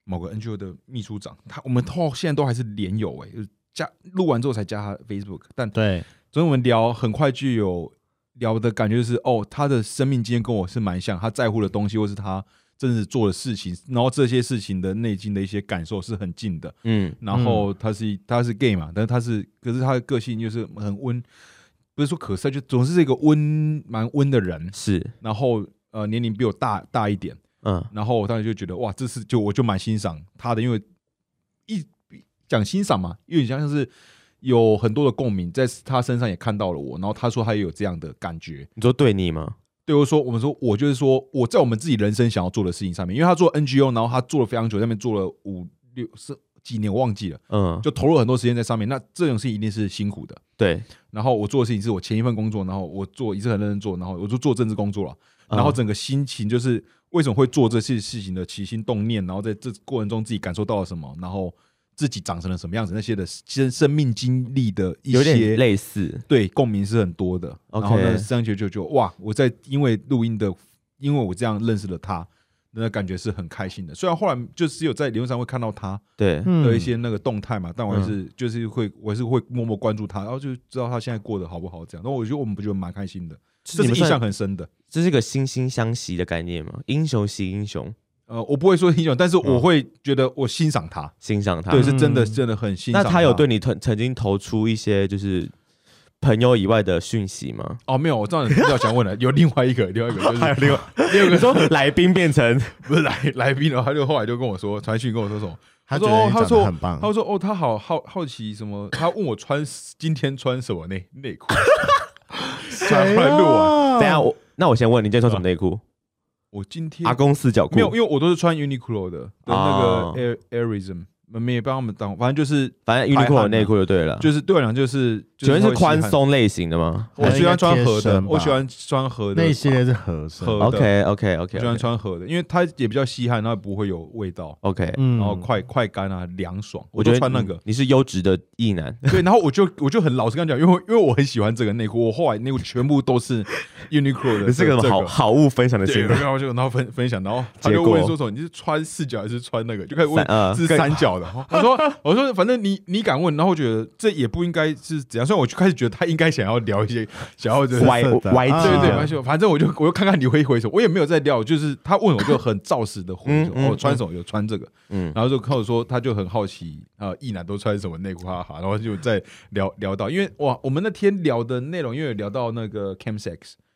[SPEAKER 3] 某个 NGO 的秘书长，他我们到现在都还是连友哎、就是加录完之后才加他 Facebook，但
[SPEAKER 1] 对，
[SPEAKER 3] 所以我们聊很快就有聊的感觉就是，哦，他的生命经验跟我是蛮像，他在乎的东西或是他真是做的事情，然后这些事情的内心的一些感受是很近的。
[SPEAKER 2] 嗯
[SPEAKER 3] 然后他是、他是 gay 嘛，但是他是可是他的个性就是嗯很温，不是说可是就总是一个温蛮温的人，
[SPEAKER 2] 是
[SPEAKER 3] 然后呃年龄比我大大一点，
[SPEAKER 2] 嗯
[SPEAKER 3] 然后我当时就觉得哇，这是就我就蛮欣赏他的，因为一讲欣赏嘛，有点像是有很多的共鸣，在他身上也看到了我，然后他说他也有这样的感觉。
[SPEAKER 2] 你说对你吗？
[SPEAKER 3] 对我说，我们说我就是说我在我们自己人生想要做的事情上面，因为他做 NGO，然后他做了非常久，在那边做了五六是几年，我忘记了，
[SPEAKER 2] 嗯，
[SPEAKER 3] 就投入很多时间在上面。那这种事情一定是辛苦的。
[SPEAKER 2] 对，
[SPEAKER 3] 然后我做的事情是我前一份工作，然后我做一直很认真做，然后我就做政治工作了。
[SPEAKER 2] 嗯
[SPEAKER 3] 然后整个心情就是为什么会做这些事情的起心动念，然后在这过程中自己感受到了什么，然后自己长成了什么样子，那些的生生命经历的一
[SPEAKER 2] 有点
[SPEAKER 3] 些
[SPEAKER 2] 类似
[SPEAKER 3] 对共鸣是很多的。
[SPEAKER 2] OK
[SPEAKER 3] 然后呢，三学就就哇，我在因为录音的，因为我这样认识了他，那感觉是很开心的。虽然后来就是有在理论上会看到他
[SPEAKER 2] 对，
[SPEAKER 1] 嗯
[SPEAKER 3] 的一些那个动态嘛，但我还是
[SPEAKER 2] 嗯
[SPEAKER 3] 就是会，我还是会默默关注他，然后就知道他现在过得好不好这样。那我觉得我们不觉得蛮开心的，这
[SPEAKER 2] 你们
[SPEAKER 3] 是印象
[SPEAKER 2] 算
[SPEAKER 3] 很深的。
[SPEAKER 2] 这是一个惺惺相惜的概念吗？英雄惜英雄，
[SPEAKER 3] 呃，我不会说英雄，但是
[SPEAKER 2] 嗯
[SPEAKER 3] 我会觉得我欣赏他，
[SPEAKER 2] 欣赏他。
[SPEAKER 3] 对，是真的，
[SPEAKER 1] 嗯
[SPEAKER 3] 真的很欣赏。
[SPEAKER 2] 那他有对你曾曾经投出一些就是朋友以外的讯息吗？
[SPEAKER 3] 哦，没有，我知道你比较想问了， 有另外一个，另 外一个就是
[SPEAKER 2] 另外 另外说来宾变成
[SPEAKER 3] 不是来来宾了，他就后来就跟我说，传讯跟我说什么，
[SPEAKER 2] 嗯
[SPEAKER 1] 他觉
[SPEAKER 3] 说
[SPEAKER 1] 得
[SPEAKER 3] 哦
[SPEAKER 1] 你
[SPEAKER 3] 他
[SPEAKER 1] 长得
[SPEAKER 3] 说
[SPEAKER 1] 很棒，
[SPEAKER 3] 他说哦，他好好好奇什么，他问我穿今天穿什么内内 裤，
[SPEAKER 1] 谁
[SPEAKER 3] 突然录
[SPEAKER 1] 啊？
[SPEAKER 2] 等一下我那我先问你，今天穿什么内裤？
[SPEAKER 3] 我今天
[SPEAKER 2] 阿公四角裤
[SPEAKER 3] 没有，因为我都是穿 Uniqlo 的的那
[SPEAKER 2] 哦
[SPEAKER 3] 个 Air Airism，我们也帮他们当，反正就是
[SPEAKER 2] 反正
[SPEAKER 3] 排汗
[SPEAKER 2] Uniqlo 的
[SPEAKER 3] 啊
[SPEAKER 2] 内裤就对了。
[SPEAKER 3] 就是对我来讲就是，就
[SPEAKER 2] 请问是
[SPEAKER 3] 它会吸
[SPEAKER 2] 宽
[SPEAKER 3] 汗，
[SPEAKER 2] 松类型的吗
[SPEAKER 3] 我喜欢穿
[SPEAKER 1] 还
[SPEAKER 3] 合
[SPEAKER 1] 是应该贴
[SPEAKER 3] 的
[SPEAKER 1] 身，吧
[SPEAKER 3] 我喜欢穿合的，
[SPEAKER 1] 那些是和声，
[SPEAKER 3] 合的
[SPEAKER 2] ？OK OK
[SPEAKER 3] 我
[SPEAKER 2] OK
[SPEAKER 3] 喜欢穿合的，因为它也比较吸汗，然后不会有味道。
[SPEAKER 2] OK，
[SPEAKER 1] 嗯
[SPEAKER 3] 然后快快干啊，凉爽，
[SPEAKER 2] 我
[SPEAKER 3] 我
[SPEAKER 2] 觉
[SPEAKER 3] 就
[SPEAKER 2] 得
[SPEAKER 3] 穿那
[SPEAKER 2] 你
[SPEAKER 3] 个，
[SPEAKER 2] 你是优质的异男，
[SPEAKER 3] 对，然后我就我就很老实跟他讲，因为因为我很喜欢这个内裤，我后来内裤全部都是 Uniqlo
[SPEAKER 2] 你
[SPEAKER 3] 的，
[SPEAKER 2] 是
[SPEAKER 3] 这
[SPEAKER 2] 个
[SPEAKER 3] 这
[SPEAKER 2] 好好物分享的
[SPEAKER 3] 对，
[SPEAKER 2] 心态。
[SPEAKER 3] 然后就然后分分享，然后他
[SPEAKER 2] 结
[SPEAKER 3] 就
[SPEAKER 2] 果
[SPEAKER 3] 问说什么你是穿四角还是穿那个，就开始
[SPEAKER 2] 三
[SPEAKER 3] 问
[SPEAKER 2] 呃
[SPEAKER 3] 是
[SPEAKER 2] 更
[SPEAKER 3] 三角的。 我说我说反正你你敢问，然后我觉得这也不应该是怎样，虽然我就开始觉得他应该想要聊一 些想要就是。
[SPEAKER 2] 歪
[SPEAKER 1] 是的
[SPEAKER 2] 歪
[SPEAKER 1] 啊
[SPEAKER 3] 对对
[SPEAKER 2] 机
[SPEAKER 3] 对，
[SPEAKER 2] 的
[SPEAKER 3] 没关系，反正我就我就看看你会回什么，我也没有在聊，就是他问我 就很照实的回，
[SPEAKER 2] 嗯
[SPEAKER 3] 就
[SPEAKER 2] 嗯
[SPEAKER 3] 哦穿什么有穿这个，
[SPEAKER 2] 嗯
[SPEAKER 3] 然后就跟我说，他就很好奇，呃，一男都穿什么内裤，哈哈，然后就在聊聊到，因为哇，我们那天聊的内容，因为有聊到那个 chem sex，
[SPEAKER 2] 这什
[SPEAKER 3] 就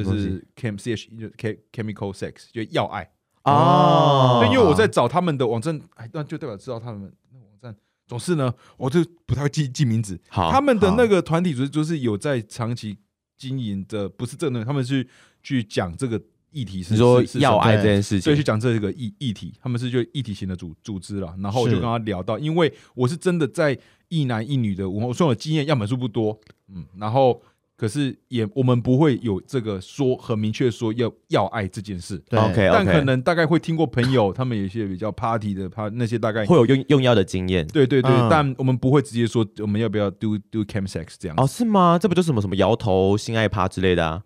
[SPEAKER 2] 么东西
[SPEAKER 3] 是 chem c h E，就是 chem chemical sex，就要爱。
[SPEAKER 2] 哦
[SPEAKER 3] 对，，因为我在找他们的网站，哎，那就代表知道他们那网站。总是呢，我就不太会记记名字。
[SPEAKER 2] 好
[SPEAKER 3] 他们的
[SPEAKER 1] 好
[SPEAKER 3] 那个团体组织就是有在长期经营的，不是这个，他们是去讲这个议题是
[SPEAKER 2] 你说
[SPEAKER 3] 是是什么
[SPEAKER 2] 要爱
[SPEAKER 1] 对
[SPEAKER 2] 这件事
[SPEAKER 3] 所以去
[SPEAKER 2] 情，
[SPEAKER 3] 讲这个议议题，他们是就议题型的组组织了。然后我就是跟他聊到，因为我是真的在一男一女的文化，我虽然我经验样本数不多，嗯，然后可是也我们不会有这个说很明确说要要爱这件事，
[SPEAKER 1] 对
[SPEAKER 2] 哦 OK
[SPEAKER 3] 但可
[SPEAKER 2] OK，
[SPEAKER 3] 能大概会听过朋友他们有一些比较 party 的，他那些大概
[SPEAKER 2] 会有用用药的经验
[SPEAKER 3] 对对对，
[SPEAKER 1] 嗯
[SPEAKER 3] 但我们不会直接说我们要不要 do do cam sex 这样子
[SPEAKER 2] 哦，是吗？这不就什么什么摇头性爱趴之类的啊？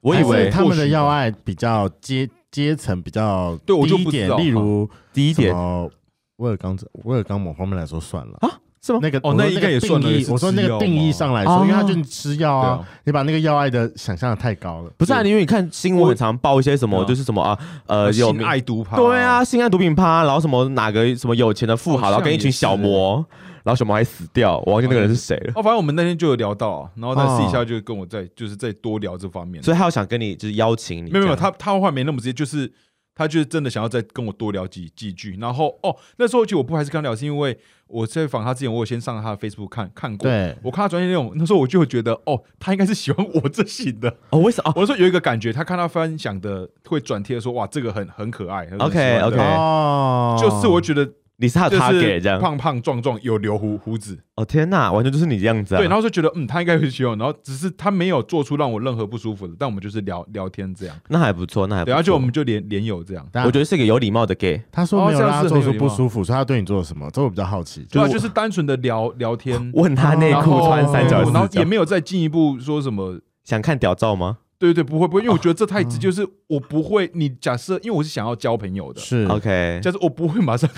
[SPEAKER 2] 我以
[SPEAKER 1] 还是
[SPEAKER 2] 为
[SPEAKER 1] 他们的要
[SPEAKER 2] 爱
[SPEAKER 1] 爱比较阶阶层比较
[SPEAKER 3] 对我就
[SPEAKER 1] 低一
[SPEAKER 3] 不知
[SPEAKER 1] 点
[SPEAKER 3] 道
[SPEAKER 1] 例如
[SPEAKER 2] 第一
[SPEAKER 1] 什
[SPEAKER 2] 点
[SPEAKER 1] 么威尔刚这威尔刚某方面来说算了。
[SPEAKER 2] 是吗？
[SPEAKER 1] 那个
[SPEAKER 3] 哦
[SPEAKER 1] 我说
[SPEAKER 3] 那应该
[SPEAKER 1] 个
[SPEAKER 3] 也算了
[SPEAKER 1] 定义
[SPEAKER 3] 也是
[SPEAKER 1] 我说那
[SPEAKER 3] 吃
[SPEAKER 1] 个
[SPEAKER 3] 药
[SPEAKER 1] 定义
[SPEAKER 3] 嘛
[SPEAKER 1] 上来说，
[SPEAKER 2] 哦
[SPEAKER 1] 因为他就是吃药
[SPEAKER 3] 对
[SPEAKER 1] 啊
[SPEAKER 3] 啊，
[SPEAKER 1] 你把那个药爱的想象的太高了。
[SPEAKER 2] 不是啊，
[SPEAKER 3] 对
[SPEAKER 2] 因为你看新闻很常报一些什么，
[SPEAKER 3] 对啊
[SPEAKER 2] 就是什么啊，呃，有
[SPEAKER 3] 性
[SPEAKER 2] 名
[SPEAKER 3] 爱毒趴，
[SPEAKER 2] 对啊，，性爱毒品趴，然后什么哪个什么有钱的富豪，
[SPEAKER 3] 好像
[SPEAKER 2] 然后跟一群小魔，然后小魔还死掉，我忘记那个人是谁了。
[SPEAKER 3] 哦，反正我们那天就有聊到啊，然后他
[SPEAKER 2] 哦
[SPEAKER 3] 私底下就跟我在就是再多聊这方面，
[SPEAKER 2] 所以他有想跟你就是邀请你这
[SPEAKER 3] 没有
[SPEAKER 2] 样，
[SPEAKER 3] 没有，他他话没那么直接，就是他就是真的想要再跟我多聊几几句。然后哦，那时候其实我不还是跟他聊，是因为我在访他之前，我有先上他的 Facebook 看看过。
[SPEAKER 1] 对，
[SPEAKER 3] 我看他专业内容，那时候我就觉得，哦，他应该是喜欢我这 型的。
[SPEAKER 2] 哦，为什么？哦
[SPEAKER 3] 我说有一个感觉，他看他分享的会转贴说，哇，这个很很可爱。很
[SPEAKER 2] OK，
[SPEAKER 3] 喜欢的
[SPEAKER 2] OK
[SPEAKER 1] 哦，
[SPEAKER 3] 就是我觉得就
[SPEAKER 2] 你是他的 target
[SPEAKER 3] 是
[SPEAKER 2] 这样？
[SPEAKER 3] 胖胖壮壮有留胡胡子，
[SPEAKER 2] 哦天哪，完全就是你这样子啊！
[SPEAKER 3] 对，然后就觉得嗯，他应该会喜欢我，然后只是他没有做出让我任何不舒服的，但我们就是聊聊天这样，
[SPEAKER 2] 那还不错，那还不
[SPEAKER 3] 对，
[SPEAKER 2] 错。
[SPEAKER 3] 而且我们就连连友这样。
[SPEAKER 1] 但
[SPEAKER 2] 我觉得是一个有礼貌的 gay。
[SPEAKER 1] 他说没有
[SPEAKER 3] 哦这
[SPEAKER 1] 让
[SPEAKER 3] 样
[SPEAKER 1] 他
[SPEAKER 3] 是
[SPEAKER 1] 做
[SPEAKER 3] 很有
[SPEAKER 1] 出
[SPEAKER 3] 礼
[SPEAKER 1] 不
[SPEAKER 3] 貌
[SPEAKER 1] 舒服，所以他对你做了什么？这我比较好奇。
[SPEAKER 3] 对啊，
[SPEAKER 2] 就
[SPEAKER 3] 就是单纯的聊聊天，
[SPEAKER 2] 问他内裤穿三角
[SPEAKER 1] 哦
[SPEAKER 2] 四
[SPEAKER 3] 然后
[SPEAKER 2] 角
[SPEAKER 3] 也，没有再进一步说什么。
[SPEAKER 2] 想看屌照吗
[SPEAKER 3] 对对，不会不会，因为我觉得这太直，
[SPEAKER 2] 嗯
[SPEAKER 3] 就是我不会。你假设，因为我是想要交朋友的，
[SPEAKER 1] 是
[SPEAKER 2] ？OK，
[SPEAKER 3] 就是我不会马上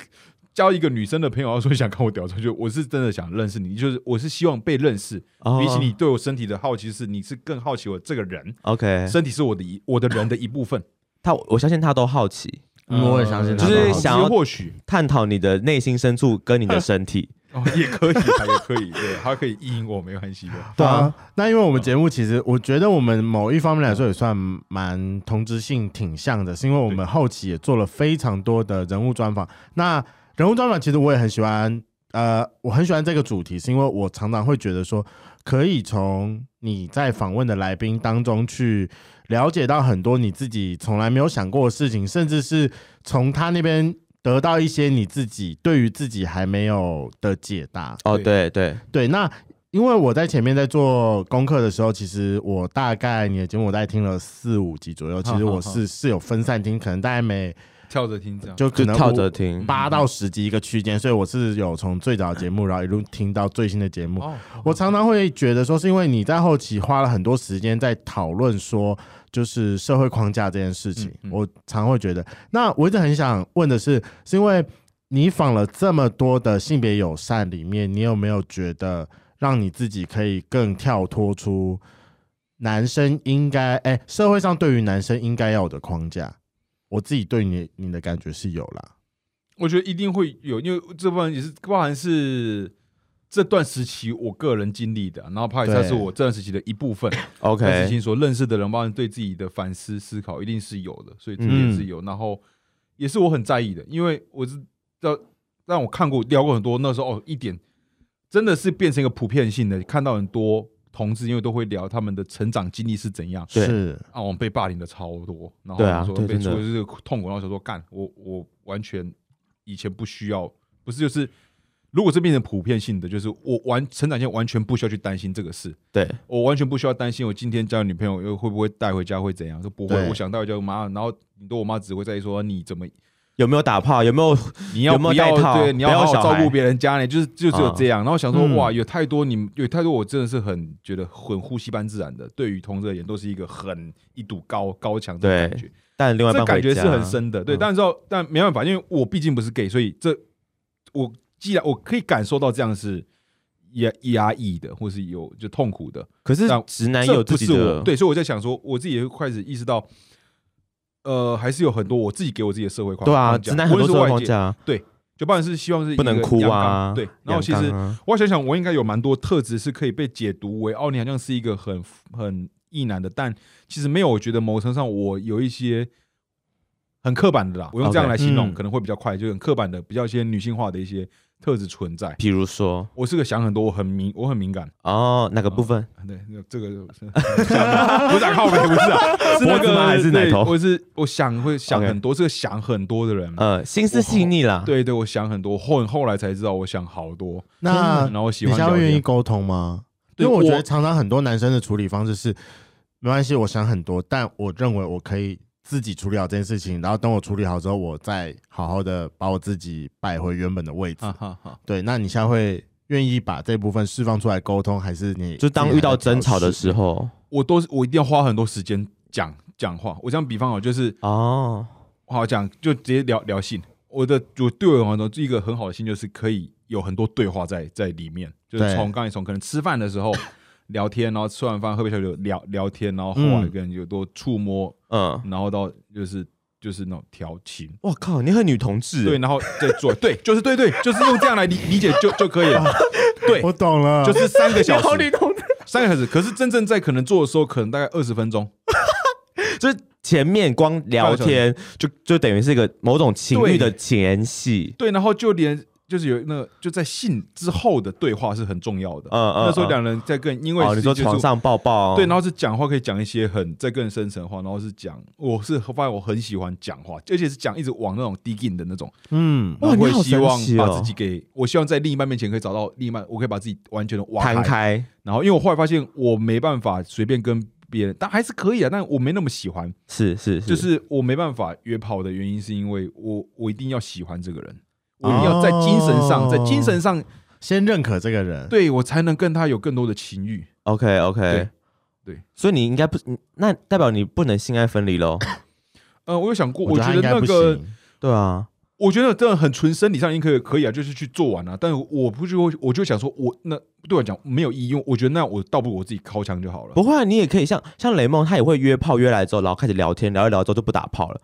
[SPEAKER 3] 交一个女生的朋友，然后说想看我屌照，就我是真的想认识你，就是我是希望被认识。
[SPEAKER 2] 哦
[SPEAKER 3] 比起你对我身体的好奇是，你是更好奇我这个人，
[SPEAKER 2] 哦 OK，
[SPEAKER 3] 身体是我的一我的人的一部分。
[SPEAKER 2] 他我相信他都好奇，
[SPEAKER 1] 嗯我也相信
[SPEAKER 2] 他
[SPEAKER 3] 呃
[SPEAKER 2] 就是
[SPEAKER 3] 好奇
[SPEAKER 2] 想要
[SPEAKER 3] 或许
[SPEAKER 2] 探讨你的内心深处跟你的身体。
[SPEAKER 3] 哦也可以，他也可以，对，他可以意淫我，没关 系的。
[SPEAKER 1] 对啊，那因为我们节目其实，我觉得我们某一方面来说也算蛮同质性挺像的，是因为我们后期也做了非常多的人物专访。那人物专访其实我也很喜欢，呃，我很喜欢这个主题，是因为我常常会觉得说，可以从你在访问的来宾当中去了解到很多你自己从来没有想过的事情，甚至是从他那边得到一些你自己对于自己还没有的解答。
[SPEAKER 2] 哦，对
[SPEAKER 3] 对
[SPEAKER 2] 对，
[SPEAKER 1] 对，那因为我在前面在做功课的时候，其实我大概你的节目我大概听了四五集左右，其实我是是有分散听，可能大概每
[SPEAKER 3] 跳着听这样。
[SPEAKER 1] 就可
[SPEAKER 2] 就
[SPEAKER 1] 能
[SPEAKER 2] 跳
[SPEAKER 1] 五
[SPEAKER 2] 着听。
[SPEAKER 1] 八到十集一个区间，所以我是有从最早的节目，然后一路听到最新的节目。
[SPEAKER 3] 哦，
[SPEAKER 1] 我常常会觉得说，是因为你在后期花了很多时间在讨论说，就是社会框架这件事情。
[SPEAKER 3] 嗯嗯
[SPEAKER 1] 我常会觉得，那我一直很想问的是，是因为你访了这么多的性别友善里面，你有没有觉得让你自己可以更跳脱出男生应该哎、社会上对于男生应该要有的框架？我自己对你你的感觉是有啦。
[SPEAKER 3] 我觉得一定会有，因为这部分也是包含是这段时期我个人经历的，然后帕也算
[SPEAKER 1] 对
[SPEAKER 3] 是我这段时期的一部分。事
[SPEAKER 2] OK，
[SPEAKER 3] 情所认识的人，包含对自己的反思思考，一定是有的，所以这点是有。然后也是我很在意的，因为我知道让我看过聊过很多，那时候哦一点真的是变成一个普遍性的，看到很多同志，因为都会聊他们的成长经历是怎样，
[SPEAKER 2] 对
[SPEAKER 1] 是
[SPEAKER 3] 啊，我们被霸凌的超多，然
[SPEAKER 2] 对啊
[SPEAKER 3] 后说
[SPEAKER 2] 对
[SPEAKER 3] 被
[SPEAKER 2] 真的
[SPEAKER 3] 出的这个痛苦，然后想说干，我我完全以前不需要，不是就是。如果是变成普遍性的，就是我完成长线完全不需要去担心这个事，
[SPEAKER 2] 对，
[SPEAKER 3] 我完全不需要担心，我今天交女朋友又会不会带回家会怎样？说不会，
[SPEAKER 1] 对
[SPEAKER 3] 我想带回家，我妈，然后顶多我妈只会在意说你怎么，
[SPEAKER 2] 有没有打炮？有没有
[SPEAKER 3] 你要
[SPEAKER 2] 有没有
[SPEAKER 3] 不要
[SPEAKER 2] 带套
[SPEAKER 3] 对，你要
[SPEAKER 2] 不要
[SPEAKER 3] 好好
[SPEAKER 2] 小
[SPEAKER 3] 照
[SPEAKER 2] 孩
[SPEAKER 3] 顾别人家呢，就是就只有
[SPEAKER 2] 嗯
[SPEAKER 3] 这样。然后想说
[SPEAKER 1] 嗯
[SPEAKER 3] 哇，有太多你有太多，我真的是很觉得很呼吸般自然的，对于同志而言都是一个很一堵高高墙的
[SPEAKER 2] 对
[SPEAKER 3] 感觉，
[SPEAKER 2] 带另外一
[SPEAKER 3] 这
[SPEAKER 2] 半
[SPEAKER 3] 感
[SPEAKER 2] 回
[SPEAKER 3] 觉
[SPEAKER 2] 家
[SPEAKER 3] 是很。深的。对，
[SPEAKER 2] 嗯
[SPEAKER 3] 但是但没办法，因为我毕竟不是 gay，所以这我既然我可以感受到这样是压压抑的，或是有就痛苦的。
[SPEAKER 2] 可是
[SPEAKER 3] 但
[SPEAKER 2] 直男也
[SPEAKER 3] 这
[SPEAKER 2] 有
[SPEAKER 3] 不
[SPEAKER 2] 自己
[SPEAKER 3] 是我
[SPEAKER 2] 的
[SPEAKER 3] 对，所以我在想说，我自己也会开始意识到，呃，还是有很多我自己给我自己的社会框
[SPEAKER 2] 对啊，
[SPEAKER 3] 框架
[SPEAKER 2] 直男很多
[SPEAKER 3] 无
[SPEAKER 2] 社
[SPEAKER 3] 论
[SPEAKER 2] 会
[SPEAKER 3] 是
[SPEAKER 2] 框
[SPEAKER 3] 外界，
[SPEAKER 2] 架
[SPEAKER 3] 就不然是希望是一
[SPEAKER 2] 不能
[SPEAKER 3] 个
[SPEAKER 2] 哭
[SPEAKER 3] 阳
[SPEAKER 2] 啊
[SPEAKER 3] 刚，对。然后其
[SPEAKER 2] 阳
[SPEAKER 3] 实
[SPEAKER 2] 刚啊
[SPEAKER 3] 我想想，我应该有蛮多特质是可以被解读为，哦，你好像是一个很很意男的，但其实没有。我觉得某程度上，我有一些很刻板的啦，我用这样
[SPEAKER 2] OK，
[SPEAKER 3] 来形容
[SPEAKER 1] 嗯
[SPEAKER 3] 可能会比较快，就很刻板的，比较一些女性化的一些特质存在。
[SPEAKER 2] 比如说
[SPEAKER 3] 我是个想很多，我很敏，我很敏 感。
[SPEAKER 2] 哦，哪个部分？
[SPEAKER 3] 啊对，那这个是 不是啊靠背，不是啊，是那
[SPEAKER 2] 脖子
[SPEAKER 3] 个
[SPEAKER 2] 吗还是奶
[SPEAKER 3] 对
[SPEAKER 2] 头
[SPEAKER 3] 我是我想会想
[SPEAKER 2] OK
[SPEAKER 3] 很多，是个想很多的人。
[SPEAKER 2] 呃，心思细腻啦。
[SPEAKER 3] 嗯对对，我想很多，后后来才知道我想好多，嗯
[SPEAKER 1] 那
[SPEAKER 3] 然后我喜
[SPEAKER 1] 你
[SPEAKER 3] 欢
[SPEAKER 1] 现在
[SPEAKER 3] 聊
[SPEAKER 1] 会愿意
[SPEAKER 3] 天。
[SPEAKER 1] 沟通吗？因
[SPEAKER 3] 对
[SPEAKER 1] 为我觉
[SPEAKER 3] 我
[SPEAKER 1] 得常常很多男生的处理方式是，没关系，我想很多，但我认为我可以自己处理好这件事情，然后等我处理好之后，我再好好的把我自己摆回原本的位置。
[SPEAKER 3] 啊哈哈哈，
[SPEAKER 1] 对，那你现在会愿意把这部分释放出来沟通，还是你
[SPEAKER 2] 就当遇到争吵的
[SPEAKER 1] 候？
[SPEAKER 2] 时候
[SPEAKER 3] 我都是我一定要花很多时间讲讲话。我这样比方好，就是
[SPEAKER 2] 哦，
[SPEAKER 3] 好讲，就直接聊聊性。我的我对我来说，一个很好的性就是可以有很多对话在在里面，就是
[SPEAKER 1] 对
[SPEAKER 3] 从刚才从可能吃饭的时候聊天，然后吃完饭喝杯小酒聊聊天，然后后来
[SPEAKER 1] 嗯
[SPEAKER 3] 跟有多触摸，
[SPEAKER 2] 嗯，
[SPEAKER 3] 然后到就是就是那种调情，
[SPEAKER 2] 我靠，你很女同志欸，
[SPEAKER 3] 对，然后再做，对，就是对对，就是用这样来理理解就就可以了，对，
[SPEAKER 1] 我懂了，
[SPEAKER 3] 就是三个小
[SPEAKER 2] 你好女
[SPEAKER 3] 时，
[SPEAKER 2] 同
[SPEAKER 3] 三个小时。可是真正在可能做的时候，可能大概二十分钟，
[SPEAKER 2] 志，就是前面光聊 天就就等于是一个某种情
[SPEAKER 3] 对
[SPEAKER 2] 欲的前戏，
[SPEAKER 3] 对，然后就连就是有那个就在性之后的对话是很重要的。
[SPEAKER 2] 嗯嗯，
[SPEAKER 3] 那时候
[SPEAKER 2] 嗯
[SPEAKER 3] 两人在更因为
[SPEAKER 2] 哦，
[SPEAKER 3] 是
[SPEAKER 2] 你说
[SPEAKER 3] 就是
[SPEAKER 2] 床上哦抱抱，
[SPEAKER 3] 对，然后是讲话可以讲一些很在更深层的话，然后是讲我是发现我很喜欢讲话，而且是讲一直往那种 digging 的那种，
[SPEAKER 1] 嗯，
[SPEAKER 2] 哇
[SPEAKER 3] 然后
[SPEAKER 2] 你好
[SPEAKER 3] 会希
[SPEAKER 2] 神
[SPEAKER 3] 望
[SPEAKER 2] 奇
[SPEAKER 3] 把
[SPEAKER 2] 哦
[SPEAKER 3] 自己给我希望在另一半面前可以找到另一半，我可以把自己完全的挖
[SPEAKER 2] 摊开，
[SPEAKER 3] 然后因为我后来发现我没办法随便跟别人，但还是可以啊，但我没那么喜欢。
[SPEAKER 2] 是是
[SPEAKER 3] 就是我没办法约炮的原因，是因为我我一定要喜欢这个人，我一定要在精神上，
[SPEAKER 1] 哦
[SPEAKER 3] 在精神上
[SPEAKER 1] 先认可这个人，
[SPEAKER 3] 对我才能跟他有更多的情欲。
[SPEAKER 2] OK OK，
[SPEAKER 3] 对对
[SPEAKER 2] 所以你应该不，你那代表你不能性爱分离喽？
[SPEAKER 3] 呃，我有想过，
[SPEAKER 1] 我
[SPEAKER 3] 我
[SPEAKER 1] 觉得他
[SPEAKER 3] 觉
[SPEAKER 1] 应
[SPEAKER 3] 得
[SPEAKER 1] 该
[SPEAKER 3] 那
[SPEAKER 1] 不
[SPEAKER 3] 个
[SPEAKER 1] 行。
[SPEAKER 2] 对啊，
[SPEAKER 3] 我觉得真的很纯生理上已经可以可以啊，就是去做完了、但我不就我就想说我，那对我来讲没有意义，因为我觉得那我倒不如我自己靠墙就好了。
[SPEAKER 2] 不会啊，你也可以像像雷梦，他也会约炮，约来之后，然后开始聊天，聊一聊之后就不打炮了。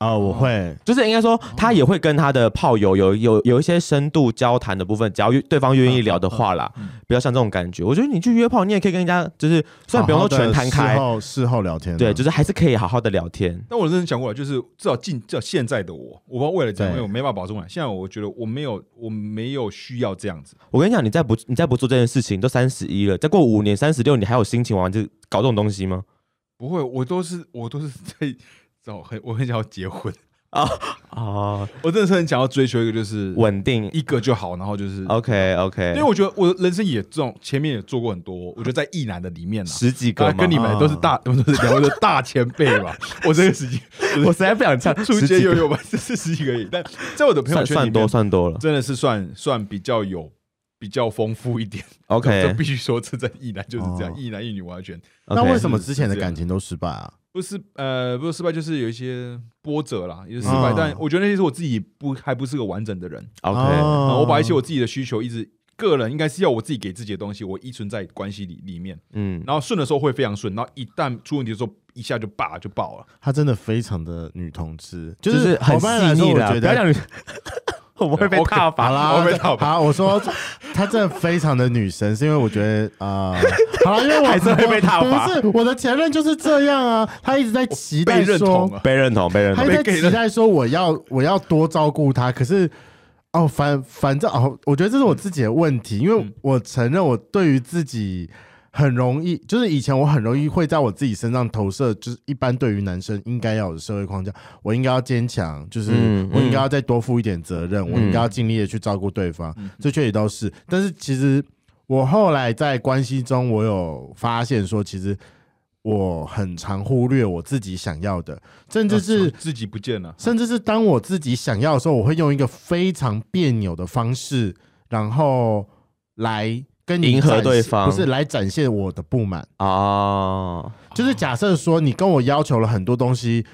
[SPEAKER 1] 哦，我会，
[SPEAKER 2] 就是应该说，他也会跟他的炮友有有有一些深度交谈的部分，只要对方愿意聊的话啦，比较像这种感觉。我觉得你去约炮，你也可以跟人家，就是虽然不用说全
[SPEAKER 1] 好
[SPEAKER 2] 摊
[SPEAKER 1] 好地
[SPEAKER 2] 开，
[SPEAKER 1] 事后事后聊天啊，
[SPEAKER 2] 对，就是还是可以好好的聊天。
[SPEAKER 3] 但我认真想过来，啊就是至少近至少现在的我，我不知道未来怎样，
[SPEAKER 1] 对
[SPEAKER 3] 因为我没办法保证未啊来。现在我觉得我没有我没有需要这样子。
[SPEAKER 2] 我跟你讲，你再不你再不做这件事情，都三十一了，再过五年三十六，你还有心情玩这搞这种东西吗？
[SPEAKER 3] 不会，我都是我都是在找很我很想要结婚，
[SPEAKER 2] 哦，
[SPEAKER 3] 我真的是很想要追求一个就是
[SPEAKER 2] 稳定。
[SPEAKER 3] 一个就好，然后就是，
[SPEAKER 2] OK
[SPEAKER 3] 因
[SPEAKER 2] OK，
[SPEAKER 3] 为我觉得我人生也这种前面也做过很多，我觉得在意男的里面呢，
[SPEAKER 2] 十几个
[SPEAKER 3] 啊
[SPEAKER 2] 嘛，
[SPEAKER 3] 跟你们都是大，我们都是两位都是大前辈 吧，我这个时间
[SPEAKER 2] 我实在不想唱，
[SPEAKER 3] 出
[SPEAKER 2] 十
[SPEAKER 3] 街
[SPEAKER 2] 几
[SPEAKER 3] 游
[SPEAKER 2] 个
[SPEAKER 3] 泳吧，这是十几个而已，但在我的朋友
[SPEAKER 2] 算
[SPEAKER 3] 圈里
[SPEAKER 2] 算
[SPEAKER 3] 面
[SPEAKER 2] 多，算多了。
[SPEAKER 3] 真的是算算比较有比较丰富一 点。这
[SPEAKER 2] OK，
[SPEAKER 3] 必须说，这在意男就是这样
[SPEAKER 1] 哦，
[SPEAKER 3] 一男一女完全
[SPEAKER 1] 那
[SPEAKER 2] OK
[SPEAKER 1] 为什么之前的
[SPEAKER 3] 是这样
[SPEAKER 1] 感情都失败啊？
[SPEAKER 3] 不是呃不是失败，就是有一些波折啦，也是失败
[SPEAKER 1] 嗯。
[SPEAKER 3] 但我觉得那些是我自己不还不是个完整的人，
[SPEAKER 2] OK
[SPEAKER 3] 啊
[SPEAKER 1] 哦
[SPEAKER 3] 我把一些我自己的需求一直。个人应该是要我自己给自己的东西，我依存在关系里里面，
[SPEAKER 2] 嗯，
[SPEAKER 3] 然后顺的时候会非常顺，然后一旦出问题的时候，一下就爆就爆了。
[SPEAKER 1] 她真的非常的女同志，就
[SPEAKER 2] 就是
[SPEAKER 1] 是
[SPEAKER 2] 很
[SPEAKER 1] 伙伴来
[SPEAKER 2] 细
[SPEAKER 1] 说
[SPEAKER 2] 腻
[SPEAKER 1] 我
[SPEAKER 2] 啦，
[SPEAKER 1] 觉
[SPEAKER 2] 不
[SPEAKER 1] 得
[SPEAKER 2] 要讲你，我们会被
[SPEAKER 3] ，OK，
[SPEAKER 2] 踏
[SPEAKER 1] 好
[SPEAKER 2] 伐。
[SPEAKER 1] 啦，
[SPEAKER 3] 我被讨伐
[SPEAKER 1] 好，我说她真的非常的女神，是因为我觉得 啊，好了，因为我
[SPEAKER 2] 还是会被踏伐
[SPEAKER 1] 我不是我的前任就是这样啊，他一直在期待
[SPEAKER 3] 被认同
[SPEAKER 1] 说，
[SPEAKER 3] 了，
[SPEAKER 2] 被认同，啊被认
[SPEAKER 1] 他
[SPEAKER 2] 同
[SPEAKER 1] 一。直
[SPEAKER 3] 被
[SPEAKER 1] 在
[SPEAKER 3] 给
[SPEAKER 1] 期待说我要我要多照顾他，可是。哦，反反正哦，我觉得这是我自己的问题，因为
[SPEAKER 3] 嗯
[SPEAKER 1] 我承认我对于自己很容易，就是以前我很容易会在我自己身上投射，就是一般对于男生应该要有的社会框架，我应该要坚强，就是
[SPEAKER 2] 嗯
[SPEAKER 1] 我应该要再多负一点责任，我应该
[SPEAKER 2] 嗯
[SPEAKER 1] 要尽力的去照顾对方，
[SPEAKER 3] 嗯
[SPEAKER 1] 这确实都是。但是其实我后来在关系中，我有发现说，其实我很常忽略我自己想要的，甚
[SPEAKER 3] 哦
[SPEAKER 1] 至是
[SPEAKER 3] 嗯自己不见了。
[SPEAKER 1] 甚至是当我自己想要的时候，我会用一个非常别扭的方式，然后来跟你
[SPEAKER 2] 迎合
[SPEAKER 1] 展现
[SPEAKER 2] 对方
[SPEAKER 1] 不是来展现我的不满。
[SPEAKER 2] 哦，
[SPEAKER 1] 就是假设说你跟我要求了很多东西，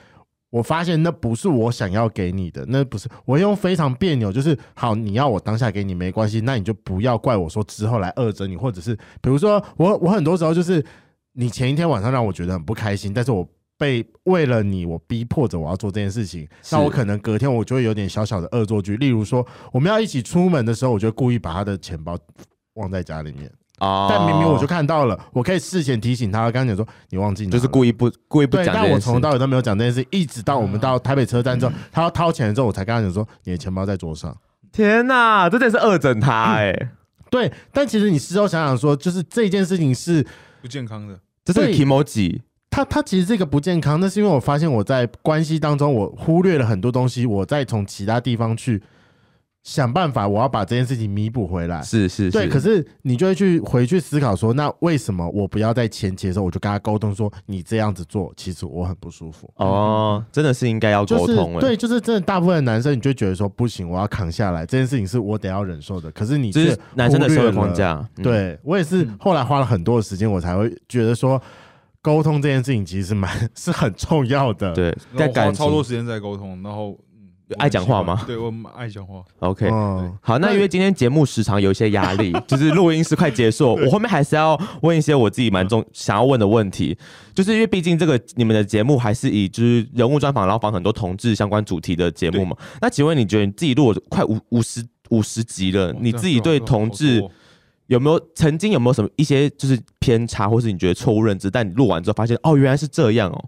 [SPEAKER 1] 我发现那不是我想要给你的，那不是我用非常别扭，就是好，你要我当下给你没关系，那你就不要怪我说之后来恶整你，或者是比如说我我很多时候就是你前一天晚上让我觉得很不开心，但是我。被为了你，我逼迫着我要做这件事情，
[SPEAKER 2] 是
[SPEAKER 1] 那我可能隔天我就会有点小小的恶作剧，例如说我们要一起出门的时候，我就故意把他的钱包忘在家里面，
[SPEAKER 2] 哦，
[SPEAKER 1] 但明明我就看到了，我可以事前提醒他，刚刚讲说你忘记拿了，
[SPEAKER 2] 就是故意不故意不
[SPEAKER 1] 对，
[SPEAKER 2] 讲这件事。嗯
[SPEAKER 1] 但我从头到尾都没有讲这件事，一直到我们到台北车站之后，他要掏钱的时候，我才跟他讲说你的钱包在桌上。
[SPEAKER 2] 天哪，这真的是恶整他哎、
[SPEAKER 1] 嗯对，但其实你事后想想说，就是这件事情是
[SPEAKER 3] 不健康的，
[SPEAKER 2] 这是个
[SPEAKER 1] 对
[SPEAKER 2] emoji
[SPEAKER 1] 他他其实这个不健康，那是因为我发现我在关系当中我忽略了很多东西，我再从其他地方去想办法，我要把这件事情弥补回来。
[SPEAKER 2] 是是是，
[SPEAKER 1] 哎对，可是你就会去回去思考说，那为什么我不要在前期的时候我就跟他沟通说，你这样子做，其实我很不舒服。
[SPEAKER 2] 哦，真的是应该要沟
[SPEAKER 1] 就是
[SPEAKER 2] 通哎、
[SPEAKER 1] 对，就是真的，大部分的男生你就觉得说不行，我要扛下来这件事情是我得要忍受的。可是你
[SPEAKER 2] 就
[SPEAKER 1] 却
[SPEAKER 2] 是男生的
[SPEAKER 1] 忽
[SPEAKER 2] 社
[SPEAKER 1] 略
[SPEAKER 2] 会
[SPEAKER 1] 了
[SPEAKER 2] 框，架，嗯，
[SPEAKER 1] 对我也是
[SPEAKER 3] 嗯
[SPEAKER 1] 后来花了很多的时间，我才会觉得说沟通这件事情其实是蛮是很重要的。，
[SPEAKER 2] 对，在
[SPEAKER 3] 然后花
[SPEAKER 2] 感
[SPEAKER 3] 超多
[SPEAKER 2] 情
[SPEAKER 3] 时间在沟通，然后嗯我
[SPEAKER 2] 爱讲话吗
[SPEAKER 3] 很喜欢对我蛮爱讲话，
[SPEAKER 2] OK。
[SPEAKER 1] 嗯，
[SPEAKER 2] 好，那因为今天节目时长有一些压 力，就是录音是快结束，我后面还是要问一些我自己蛮重想要问的问题，就是因为毕竟这个你们的节目还是以就是人物专访，然后访很多同志相关主题的节目嘛。那请问你觉得你自己录了快五五十五十集了，
[SPEAKER 3] 哇
[SPEAKER 2] 你
[SPEAKER 3] 哦这样
[SPEAKER 2] 自己
[SPEAKER 3] 子
[SPEAKER 2] 对
[SPEAKER 3] 好
[SPEAKER 2] 同
[SPEAKER 3] 好
[SPEAKER 2] 志
[SPEAKER 3] 多哦
[SPEAKER 2] 有没有曾经有没有什么一些就是偏差，或是你觉得错误认知，但你录完之后发现哦原来是这样哦，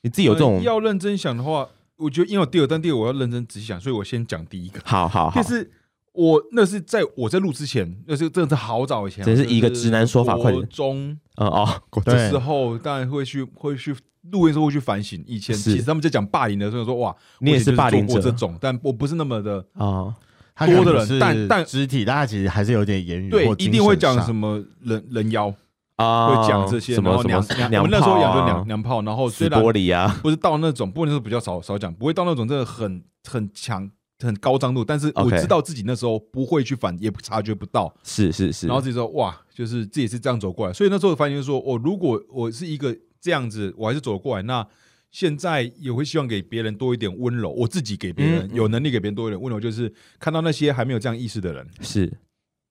[SPEAKER 2] 你自己有这种
[SPEAKER 3] 呃要认真想的话，我觉得因为我第二，但第二我要认真仔细想，所以我先讲第一个，
[SPEAKER 2] 好好好
[SPEAKER 3] 就，是我那是在我在录之前，那是真的是好早以前啊，
[SPEAKER 2] 真是一个直男说法快点
[SPEAKER 3] 国中
[SPEAKER 2] 嗯哦，
[SPEAKER 3] 的时
[SPEAKER 1] 对，
[SPEAKER 3] 候，当然会去会去录音的时候会去反省，以前
[SPEAKER 2] 是
[SPEAKER 3] 其实他们在讲霸凌的时候说哇，
[SPEAKER 2] 你
[SPEAKER 3] 我以
[SPEAKER 2] 也
[SPEAKER 3] 前就是
[SPEAKER 2] 霸凌
[SPEAKER 3] 做过
[SPEAKER 2] 者
[SPEAKER 3] 这种，但我不是那么的
[SPEAKER 2] 哦，
[SPEAKER 1] 他可能
[SPEAKER 3] 多的人
[SPEAKER 1] 是
[SPEAKER 3] 但但
[SPEAKER 1] 肢体，但他其实还是有点言语
[SPEAKER 3] 对
[SPEAKER 1] 或，
[SPEAKER 3] 一定会讲什
[SPEAKER 1] 么。
[SPEAKER 3] 么人人妖，
[SPEAKER 2] 啊
[SPEAKER 3] 会讲这些，
[SPEAKER 2] 什
[SPEAKER 3] 然
[SPEAKER 2] 么
[SPEAKER 3] 后
[SPEAKER 2] 什
[SPEAKER 3] 娘
[SPEAKER 2] 么
[SPEAKER 3] 娘，我们那时候养就娘
[SPEAKER 2] 娘啊
[SPEAKER 3] 娘炮，然后虽然
[SPEAKER 2] 玻璃啊，
[SPEAKER 3] 不是到那种，不过那时候比较少少讲，不会到那种真的很很强、很高张度，但是我
[SPEAKER 2] OK
[SPEAKER 3] 知道自己那时候不会去反，也察觉不到，
[SPEAKER 2] 是是是，
[SPEAKER 3] 然后自己说哇，就是自己是这样走过来，所以那时候的反应就是说，我、如果我是一个这样子，我还是走过来，那现在也会希望给别人多一点温柔，我自己给别人、
[SPEAKER 2] 嗯嗯
[SPEAKER 3] 有能力给别人多一点温柔，就是看到那些还没有这样意识的人，
[SPEAKER 2] 是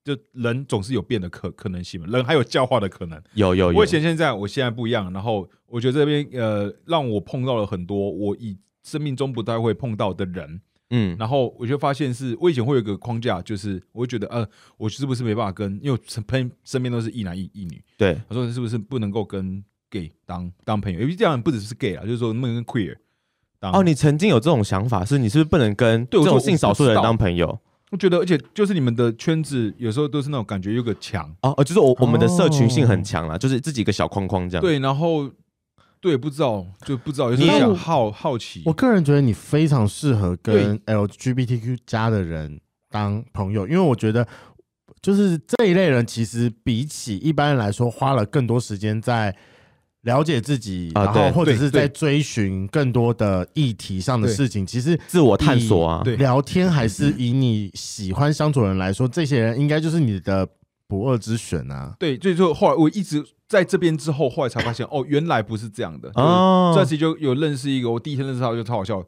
[SPEAKER 3] 就人总是有变的可可能性嘛，人还有教化的可能。
[SPEAKER 2] 有哦有有
[SPEAKER 3] 我以，前现在，我现在不一样。然后我觉得这边呃，让我碰到了很多我以生命中不太会碰到的人。
[SPEAKER 2] 嗯
[SPEAKER 3] 然后我就发现是，我以前会有一个框架，就是我会觉得，呃，我是不是没办法跟，因为身边身边都是一男一一女，
[SPEAKER 2] 对
[SPEAKER 3] 他说是不是不能够跟 gay 当当朋友？因为这样不只是 gay 啦，就是说能不能跟 queer 当
[SPEAKER 2] 哦，你曾经有这种想法，是你是不是不能跟
[SPEAKER 3] 啊
[SPEAKER 2] 这
[SPEAKER 3] 对我说
[SPEAKER 2] 种性少数的
[SPEAKER 3] 我
[SPEAKER 2] 人
[SPEAKER 3] 不知道
[SPEAKER 2] 当朋友？
[SPEAKER 3] 我觉得，而且就是你们的圈子有时候都是那种感觉有个墙，
[SPEAKER 2] 哦哦，哦就是我我们的社群性
[SPEAKER 1] 哦
[SPEAKER 2] 很强啦，就是自己一个小框框这样。
[SPEAKER 3] 对，然后对，不知道就不知道，有时
[SPEAKER 1] 你
[SPEAKER 3] 候想
[SPEAKER 1] 我
[SPEAKER 3] 好好奇
[SPEAKER 1] 我，个人觉得你非常适合跟 LGBTQ 加的人当朋友，因为我觉得就是这一类人，其实比起一般人来说，花了更多时间在了解自己，
[SPEAKER 2] 啊
[SPEAKER 1] 然后
[SPEAKER 2] 对
[SPEAKER 1] 或者是
[SPEAKER 3] 对
[SPEAKER 1] 在
[SPEAKER 3] 对
[SPEAKER 1] 追寻更多的议题上的
[SPEAKER 3] 对
[SPEAKER 1] 事情。其实
[SPEAKER 2] 自我探索啊，
[SPEAKER 3] 对
[SPEAKER 1] 聊天还是以你喜欢相处的人来说，这些人应该就是你的不二之选啊。
[SPEAKER 3] 对，所以就后来我一直在这边之后，后来才发现哦，原来不是这样的。就是
[SPEAKER 2] 哦，
[SPEAKER 3] 这次就有认识一个，我第一天认识他就超好笑，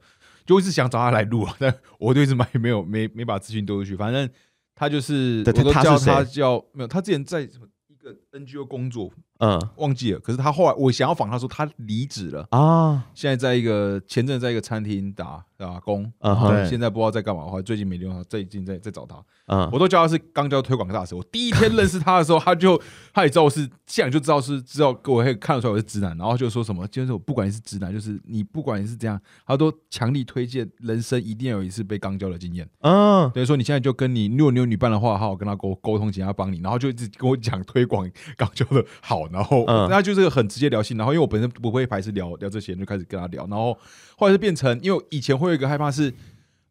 [SPEAKER 3] 就一直想找他来录啊， 但我就一直没没有没没把资讯丢出去，反正他就是
[SPEAKER 2] 对
[SPEAKER 3] 我
[SPEAKER 2] 他
[SPEAKER 3] 都
[SPEAKER 2] 他
[SPEAKER 3] 叫
[SPEAKER 2] 是谁
[SPEAKER 3] 他叫没有，他之前在什么一个 NGO 工作
[SPEAKER 2] 嗯
[SPEAKER 3] 忘记了，可是他后来我想要访他说他离职了。
[SPEAKER 2] 啊，
[SPEAKER 3] 现在在一个前阵子在一个餐厅打打工，
[SPEAKER 2] 嗯
[SPEAKER 3] 然后
[SPEAKER 1] 对
[SPEAKER 2] 哼，
[SPEAKER 3] 现在不知道在干嘛，后来最近没联络他，最近在在找他，
[SPEAKER 2] 嗯，
[SPEAKER 3] 我都叫他是肛交推广大使。我第一天认识他的时候，他就 他也知道我是现在就知道是知道给我会看得出来我是直男，然后就说什么，就是我不管你是直男，就是你不管你是怎样，他都强力推荐人生一定要有一次被肛交的经验。
[SPEAKER 2] 嗯，
[SPEAKER 3] 等于说你现在就跟你，如果你有女伴的话，好好跟她沟沟通，请她帮你，然后就一直跟我讲推广港交的好，然后
[SPEAKER 2] 嗯
[SPEAKER 3] 那、就是很直接聊性，然后因为我本身不会排斥聊聊这些，就开始跟她聊，然后后来就变成，因为我以前会有一个害怕是，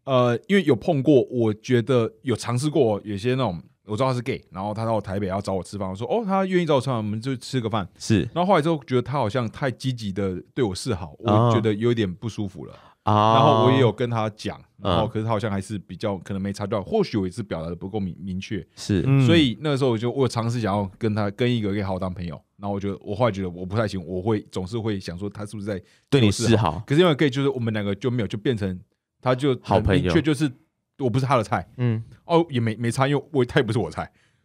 [SPEAKER 3] 呃，因为有碰过，我觉得有尝试过有些那种。我知道他是 gay，然后他到台北要找我吃饭，我说哦，他愿意找我吃饭，我们就吃个饭。
[SPEAKER 2] 是
[SPEAKER 3] 然后后来之后觉得他好像太积极的对我示好，
[SPEAKER 2] 哦
[SPEAKER 3] 我觉得有点不舒服了。
[SPEAKER 2] 啊，
[SPEAKER 3] 然后我也有跟他讲，
[SPEAKER 2] 嗯
[SPEAKER 3] 然后可是他好像还是比较可能没察觉到，或许我也是表达的不够明明确，
[SPEAKER 2] 是
[SPEAKER 1] 嗯
[SPEAKER 3] 所以那个时候我就我有尝试想要跟他跟一个可以好好当朋友，然后我觉得我后来觉得我不太行，我会总是会想说他是不是在，
[SPEAKER 2] 对你
[SPEAKER 3] 我是
[SPEAKER 2] 示好，
[SPEAKER 3] 可是因为 gay 就是我们两个就没有就变成他就
[SPEAKER 2] 好
[SPEAKER 3] 很
[SPEAKER 2] 朋友
[SPEAKER 3] 明确就是我不是他的菜
[SPEAKER 2] 嗯，
[SPEAKER 3] 哦，也没没差，因为我他也不是我的菜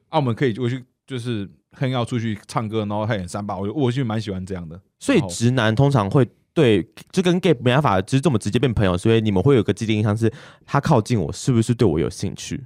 [SPEAKER 3] 啊，我们可以我去就是很要出去唱歌，然后他演三八，我就我就蛮喜欢这样的，
[SPEAKER 2] 所以
[SPEAKER 3] 然后
[SPEAKER 2] 直男通常会对就跟 gay 没办法，就是这么直接变朋友，所以你们会有个既定印象是，他靠近我是不是对我有兴趣？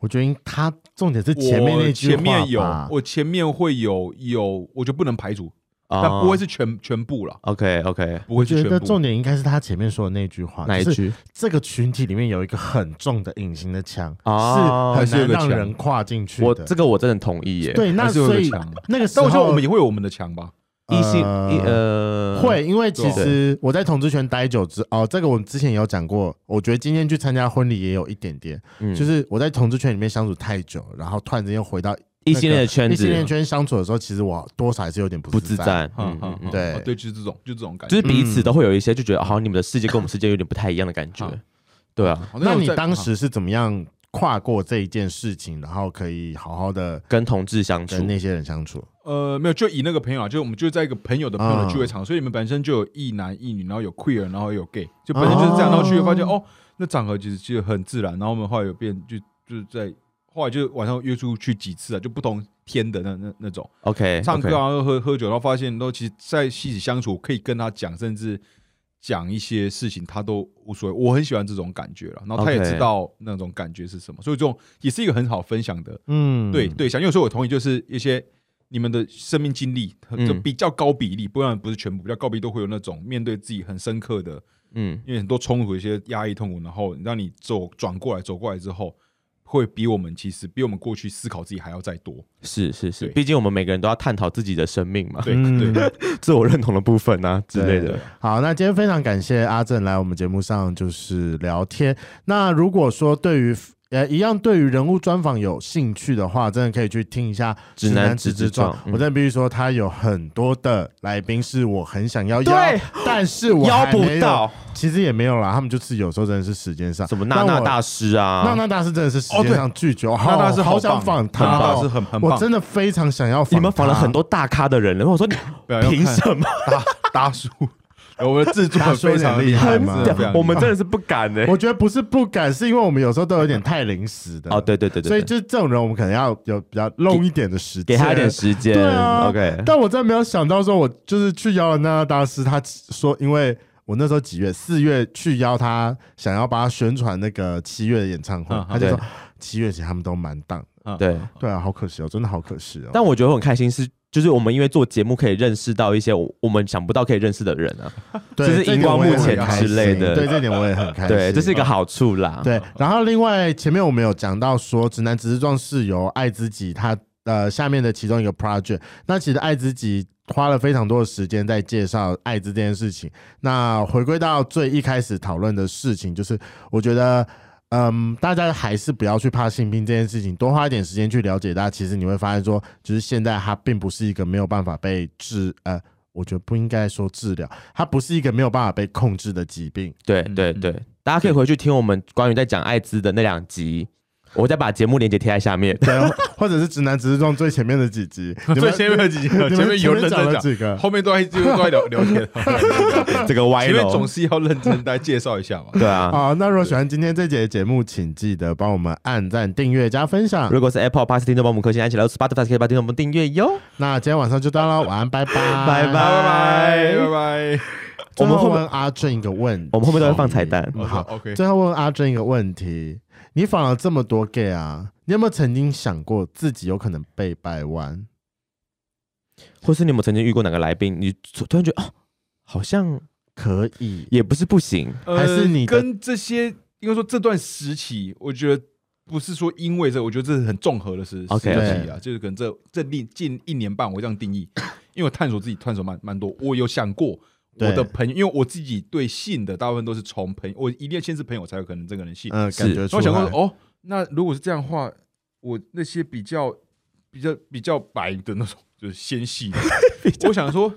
[SPEAKER 1] 我觉得他重点是
[SPEAKER 3] 我
[SPEAKER 1] 前面那句话
[SPEAKER 3] 前面有
[SPEAKER 1] 吧
[SPEAKER 3] 我前面会有有，我就不能排除。
[SPEAKER 2] 啊
[SPEAKER 3] 但不会是全全部了，
[SPEAKER 2] OK OK，
[SPEAKER 3] 不
[SPEAKER 1] 哦我
[SPEAKER 3] 会
[SPEAKER 1] 觉
[SPEAKER 3] 是
[SPEAKER 1] 得
[SPEAKER 3] 全部
[SPEAKER 1] 重。点应该是他前面说的那句话，
[SPEAKER 2] 哪一
[SPEAKER 1] 啊就是
[SPEAKER 2] 句
[SPEAKER 1] 这个群体里面有一个很重的隐形的墙，
[SPEAKER 2] 啊
[SPEAKER 1] 是
[SPEAKER 3] 哦还是有
[SPEAKER 1] 很
[SPEAKER 3] 个
[SPEAKER 1] 难让
[SPEAKER 3] 墙
[SPEAKER 1] 人跨进去
[SPEAKER 2] 我
[SPEAKER 1] 的。
[SPEAKER 2] 这个我真的同意耶。
[SPEAKER 1] 对，那
[SPEAKER 3] 还是有
[SPEAKER 1] 所
[SPEAKER 3] 个
[SPEAKER 1] 以
[SPEAKER 3] 墙
[SPEAKER 1] 那个时
[SPEAKER 3] 但
[SPEAKER 1] 候，
[SPEAKER 3] 我觉得我们也会有我们的强吧，
[SPEAKER 2] 异性
[SPEAKER 1] 呃
[SPEAKER 2] 一呃
[SPEAKER 1] 会，因为其
[SPEAKER 3] 对啊
[SPEAKER 1] 实我在同志圈待久之哦，这个我们之前也有讲过，我觉得今天去参加婚礼也有一点点，
[SPEAKER 2] 嗯
[SPEAKER 1] 就是我在同志圈里面相处太久，然后突然之间又回到
[SPEAKER 2] 异性恋的圈
[SPEAKER 1] 异性恋
[SPEAKER 2] 子
[SPEAKER 1] 圈相处的时候，其实我多少还是有点不
[SPEAKER 2] 不自
[SPEAKER 1] 在。
[SPEAKER 2] 在，嗯嗯嗯，
[SPEAKER 1] 对
[SPEAKER 3] 哦对，就是这种，就这种感
[SPEAKER 2] 就
[SPEAKER 3] 觉。
[SPEAKER 2] 是彼此都会有一些就觉得，好，哦你们的世界跟我们世界有点不太一样的感觉
[SPEAKER 3] 嗯。
[SPEAKER 2] 对啊，
[SPEAKER 3] 好
[SPEAKER 1] 那
[SPEAKER 3] 种
[SPEAKER 1] 你
[SPEAKER 3] 在嗯
[SPEAKER 1] 当时是怎么样跨过这一件事情，然后可以好好的
[SPEAKER 2] 跟同志相处
[SPEAKER 1] 跟那些人相处？
[SPEAKER 3] 呃没有，就以那个朋友啊，就是我们就在一个朋友的朋友的聚会场，所以你们本身就有一男一女，然后有 queer，然后有 gay，就本身就是这样。
[SPEAKER 1] 哦
[SPEAKER 3] 然后去了发现哦，那场合其实其实很自然。然后我们后来有变，就就在后来就晚上约出去几次啊，就不同天的那那那种。
[SPEAKER 2] ，OK，
[SPEAKER 3] 唱歌啊，然后喝喝酒，然后发现都其实在一起相处，可以跟他讲，甚至讲一些事情，他都无所谓。我很喜欢这种感觉了，然后他也
[SPEAKER 2] OK 嗯
[SPEAKER 3] 知道那种感觉是什么，所以这种也是一个很好分享的
[SPEAKER 1] 嗯，
[SPEAKER 3] 对对象。有时候我同意，就是一些你们的生命经历，
[SPEAKER 2] 嗯
[SPEAKER 3] 就比较高比例，不然不是全部，比较高比例都会有那种面对自己很深刻的，
[SPEAKER 2] 嗯，
[SPEAKER 3] 因为很多冲突、一些压抑、痛苦，然后让你走转过来，走过来之后，会比我们其实比我们过去思考自己还要再多。
[SPEAKER 2] 是是是，
[SPEAKER 3] 对
[SPEAKER 2] 毕竟我们每个人都要探讨自己的生命嘛，
[SPEAKER 3] 对
[SPEAKER 1] 嗯
[SPEAKER 3] 对，
[SPEAKER 2] 自我认同的部分啊之类的。
[SPEAKER 1] 好，那今天非常感谢阿正来我们节目上就是聊天。那如果说对于呃一样对于人物专访有兴趣的话，真的可以去听一下《
[SPEAKER 2] 直男直直撞
[SPEAKER 1] 我
[SPEAKER 2] 嗯
[SPEAKER 1] 真的必须说，他有很多的来宾是我很想要邀
[SPEAKER 2] 对，
[SPEAKER 1] 但是我
[SPEAKER 2] 邀
[SPEAKER 1] 还
[SPEAKER 2] 不
[SPEAKER 1] 没有
[SPEAKER 2] 到。，
[SPEAKER 1] 其实也没有啦，他们就是有时候真的是时间上
[SPEAKER 2] 什么娜娜。大师啊，
[SPEAKER 1] 但我娜娜大师真的是时
[SPEAKER 3] 哦
[SPEAKER 1] 间
[SPEAKER 3] 对
[SPEAKER 1] 上拒绝，我
[SPEAKER 3] 娜娜是
[SPEAKER 1] 好
[SPEAKER 3] 好
[SPEAKER 1] 想
[SPEAKER 3] 棒
[SPEAKER 1] 访他
[SPEAKER 3] 娜娜是
[SPEAKER 1] 哦，
[SPEAKER 3] 很很棒
[SPEAKER 1] 我真的非常想要访他。
[SPEAKER 2] 你们访了很多大咖的人，然后我说你
[SPEAKER 3] 不要 要看
[SPEAKER 2] 凭什么？
[SPEAKER 3] 大大 叔，我们的制作
[SPEAKER 1] 大叔
[SPEAKER 3] 非常厉
[SPEAKER 1] 有
[SPEAKER 3] 害
[SPEAKER 1] 点厉害
[SPEAKER 3] 嘛
[SPEAKER 1] 吗，
[SPEAKER 3] 真的非常厉害
[SPEAKER 2] 我们真的是不敢欸 的。
[SPEAKER 1] 我觉得不是不敢，是因为我们有时候都有点太临时的
[SPEAKER 2] 哦，对对对对，
[SPEAKER 1] 所以
[SPEAKER 2] 对
[SPEAKER 1] 就是这种人，我们可能要有比较弄一点的时间，
[SPEAKER 2] 给他一点时间。
[SPEAKER 1] 对啊
[SPEAKER 2] OK，
[SPEAKER 1] 但我真的没有想到说，我就是去邀了娜娜大师，他说，因为我那时候几月，四月去邀他，想要帮他宣传那个七月的演唱会
[SPEAKER 3] 嗯，
[SPEAKER 1] 他就说
[SPEAKER 2] 对
[SPEAKER 1] 七月前他们都满档。
[SPEAKER 3] 嗯
[SPEAKER 2] 对。
[SPEAKER 1] 对啊，好可惜哦，真的好可惜哦。
[SPEAKER 2] 但我觉得我很开心是，就是我们因为做节目可以认识到一些我我们想不到可以认识的人啊。
[SPEAKER 1] 对
[SPEAKER 2] 就是
[SPEAKER 1] 这点
[SPEAKER 2] 荧光
[SPEAKER 1] 我也
[SPEAKER 2] 幕前
[SPEAKER 1] 很开
[SPEAKER 2] 之类
[SPEAKER 1] 心
[SPEAKER 2] 的
[SPEAKER 1] 对这点我也很开心。
[SPEAKER 2] 对，这是一个好处啦。
[SPEAKER 1] 对，然后另外前面我们有讲到说，直男直视状是由爱自己他呃下面的其中一个 project，那其实爱自己花了非常多的时间在介绍艾滋这件事情。那回归到最一开始讨论的事情，就是我觉得。嗯，大家还是不要去怕性病这件事情，多花一点时间去了解它。其实你会发现说，就是现在它并不是一个没有办法被治，呃，我觉得不应该说治疗，它不是一个没有办法被控制的疾病。
[SPEAKER 2] 对
[SPEAKER 3] 嗯
[SPEAKER 2] 对
[SPEAKER 3] 嗯
[SPEAKER 2] 对，大家可以回去听我们关于在讲艾滋的那两集，我再把节目链接贴在下 面。
[SPEAKER 1] 对，或者是直男直视中最前面的几 集，你们
[SPEAKER 3] 最前面有几集，
[SPEAKER 2] 呃
[SPEAKER 1] 你
[SPEAKER 3] 前
[SPEAKER 1] 们
[SPEAKER 3] 面有认真
[SPEAKER 1] 讲了
[SPEAKER 3] 讲，
[SPEAKER 1] 几个？
[SPEAKER 3] 后面都在就都在聊 聊天，
[SPEAKER 2] 这个歪
[SPEAKER 3] 前面
[SPEAKER 2] 楼
[SPEAKER 3] 总，是要认真来介绍一下嘛。
[SPEAKER 2] 对 啊。
[SPEAKER 1] 啊、那如果喜欢今天这节节目，请记得帮我们按赞、订阅、加分享。
[SPEAKER 2] 如果是 Apple Podcast 听众，帮我们颗星，按起来 Spotify 可以帮听众们订阅哟。
[SPEAKER 1] 那今天晚上就到了，晚安，拜拜，
[SPEAKER 2] 拜拜
[SPEAKER 3] 拜拜拜拜，
[SPEAKER 1] 最后
[SPEAKER 2] 我们后面
[SPEAKER 1] 问阿正一个问题，
[SPEAKER 2] 我们后面都会放彩蛋。
[SPEAKER 1] 嗯
[SPEAKER 3] 哦好
[SPEAKER 1] 好
[SPEAKER 3] ，OK。
[SPEAKER 1] 最后问阿正一个问题：你访了这么多 gay 啊，你有没有曾经想过自己有可能被掰弯？
[SPEAKER 2] 或是你有没有曾经遇过哪个来宾，你突突然觉得哦，好像
[SPEAKER 1] 可以，
[SPEAKER 2] 也不是不行，
[SPEAKER 3] 呃
[SPEAKER 1] 还是你的
[SPEAKER 3] 跟这些应该说这段时期，我觉得不是说因为这，我觉得这是很综合的时时
[SPEAKER 2] OK，
[SPEAKER 3] 期啊，就是可能这这近近一年半，我会这样 定义，因为我探索自己探索蛮蛮多，我有想过。
[SPEAKER 1] 对
[SPEAKER 3] 我的朋友，因为我自己对性的大部分都是从朋友，我一定要先是朋友才有可能这个人信。
[SPEAKER 1] 嗯、
[SPEAKER 2] 是
[SPEAKER 1] 感觉
[SPEAKER 3] 然
[SPEAKER 1] 出
[SPEAKER 3] 后我
[SPEAKER 1] 来。
[SPEAKER 3] 想过说哦，那如果是这样的话，我那些比较比较比较白的那种，就是纤 细的，我想说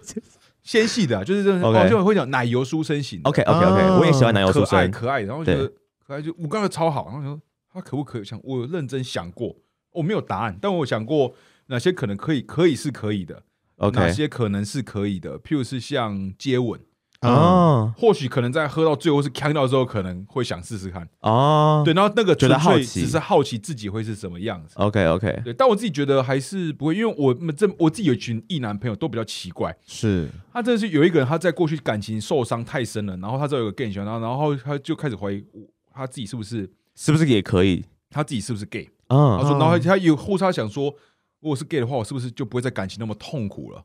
[SPEAKER 3] 纤细的啊、就是这种，
[SPEAKER 2] OK
[SPEAKER 3] 哦，就会讲奶油书生型的
[SPEAKER 2] OK OK OK，、
[SPEAKER 1] 啊
[SPEAKER 2] 我也喜欢奶油
[SPEAKER 3] 可
[SPEAKER 2] 书
[SPEAKER 3] 爱
[SPEAKER 2] 生，
[SPEAKER 3] 可爱，然后觉得可爱就我刚才超好，然后想说他可不可以想，我有认真想过，我没有答案，但我有想过哪些可能可以，可以是可以的
[SPEAKER 2] OK
[SPEAKER 3] 哪些可能是可以的，譬如是像接吻，
[SPEAKER 1] 嗯
[SPEAKER 2] 哦
[SPEAKER 3] 或许可能在喝到最后是呛到之后，可能会想试试看，
[SPEAKER 2] 哦，
[SPEAKER 3] 对，然后那个
[SPEAKER 2] 觉得
[SPEAKER 3] 纯
[SPEAKER 2] 好
[SPEAKER 3] 粹
[SPEAKER 2] 奇
[SPEAKER 3] 只是好奇自己会是什么样子。
[SPEAKER 2] ，OK OK，
[SPEAKER 3] 对，但我自己觉得还是不会，因为我们这我自己有一群异男朋友都比较奇怪，
[SPEAKER 1] 是
[SPEAKER 3] 他真的是有一个人，他在过去感情受伤太深了，然后他知道有个 gay 喜欢他，然后他就开始怀疑我他自己是不是
[SPEAKER 2] 是不是也可以？
[SPEAKER 3] 他自己是不是 gay。他
[SPEAKER 2] 嗯，
[SPEAKER 3] 说，然后他有后他想说，如果是 gay 的话，我是不是就不会在感情那么痛苦了？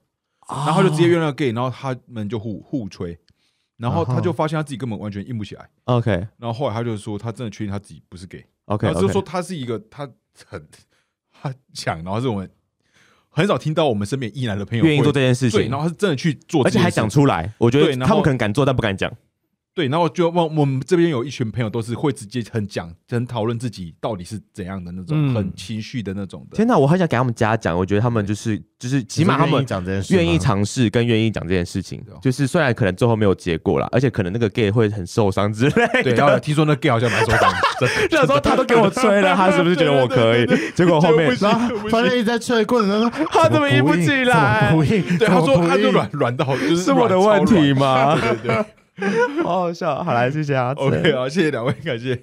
[SPEAKER 3] 然后他就直接约那个 gay，然后他们就互互吹，然后
[SPEAKER 2] 啊
[SPEAKER 1] 然后
[SPEAKER 3] 他就发现他自己根本完全硬不起来。
[SPEAKER 2] OK
[SPEAKER 3] 然后后来他就说，他真的确定他自己不是 gay，
[SPEAKER 2] OK
[SPEAKER 3] 他就
[SPEAKER 2] OK，
[SPEAKER 3] 是说他是一个他很他讲，然后是我们很少听到我们身边异男的朋友
[SPEAKER 2] 愿意
[SPEAKER 3] 会
[SPEAKER 2] 做这件事
[SPEAKER 3] 对，
[SPEAKER 2] 情
[SPEAKER 3] 然，后他是真的去做
[SPEAKER 2] 而
[SPEAKER 3] 这
[SPEAKER 2] 且
[SPEAKER 3] 件事情，
[SPEAKER 2] 还讲出来，我觉得
[SPEAKER 3] 对然后
[SPEAKER 2] 他们可能敢做，但不敢讲。
[SPEAKER 3] 对，然后就问我们这边有一群朋友都是会直接很讲、很讨论自己到底是怎样的那种，
[SPEAKER 1] 嗯
[SPEAKER 3] 很情绪的那种的。
[SPEAKER 2] 天哪，我很想给他们嘉奖，我觉得他们就是就是起码他
[SPEAKER 1] 你说愿
[SPEAKER 2] 们
[SPEAKER 1] 意讲这件事吗，
[SPEAKER 2] 愿意尝试跟愿意讲这件事情
[SPEAKER 3] 对啊，
[SPEAKER 2] 就是虽然可能最后没有结果啦，而且可能那个 gay 会很受伤之类
[SPEAKER 3] 对，
[SPEAKER 2] 的。
[SPEAKER 3] 然后听说那 gay 好像蛮受 伤的，真
[SPEAKER 2] 那时候他都给我吹了，他是不是觉得我可以？结果后面
[SPEAKER 1] 然后发现一直在吹的过程中说，
[SPEAKER 2] 他怎么硬不
[SPEAKER 1] 硬
[SPEAKER 2] 起来
[SPEAKER 1] 怎么不硬？
[SPEAKER 3] 对，他
[SPEAKER 1] 怎么
[SPEAKER 3] 说
[SPEAKER 1] 不
[SPEAKER 3] 他就
[SPEAKER 1] 硬
[SPEAKER 3] 软软到就是
[SPEAKER 2] 是我的
[SPEAKER 3] 软
[SPEAKER 2] 问
[SPEAKER 3] 超软
[SPEAKER 2] 题吗？
[SPEAKER 3] 对对对
[SPEAKER 2] 好好笑，好来，谢谢阿哲
[SPEAKER 3] ，OK 好，谢谢两位，感谢。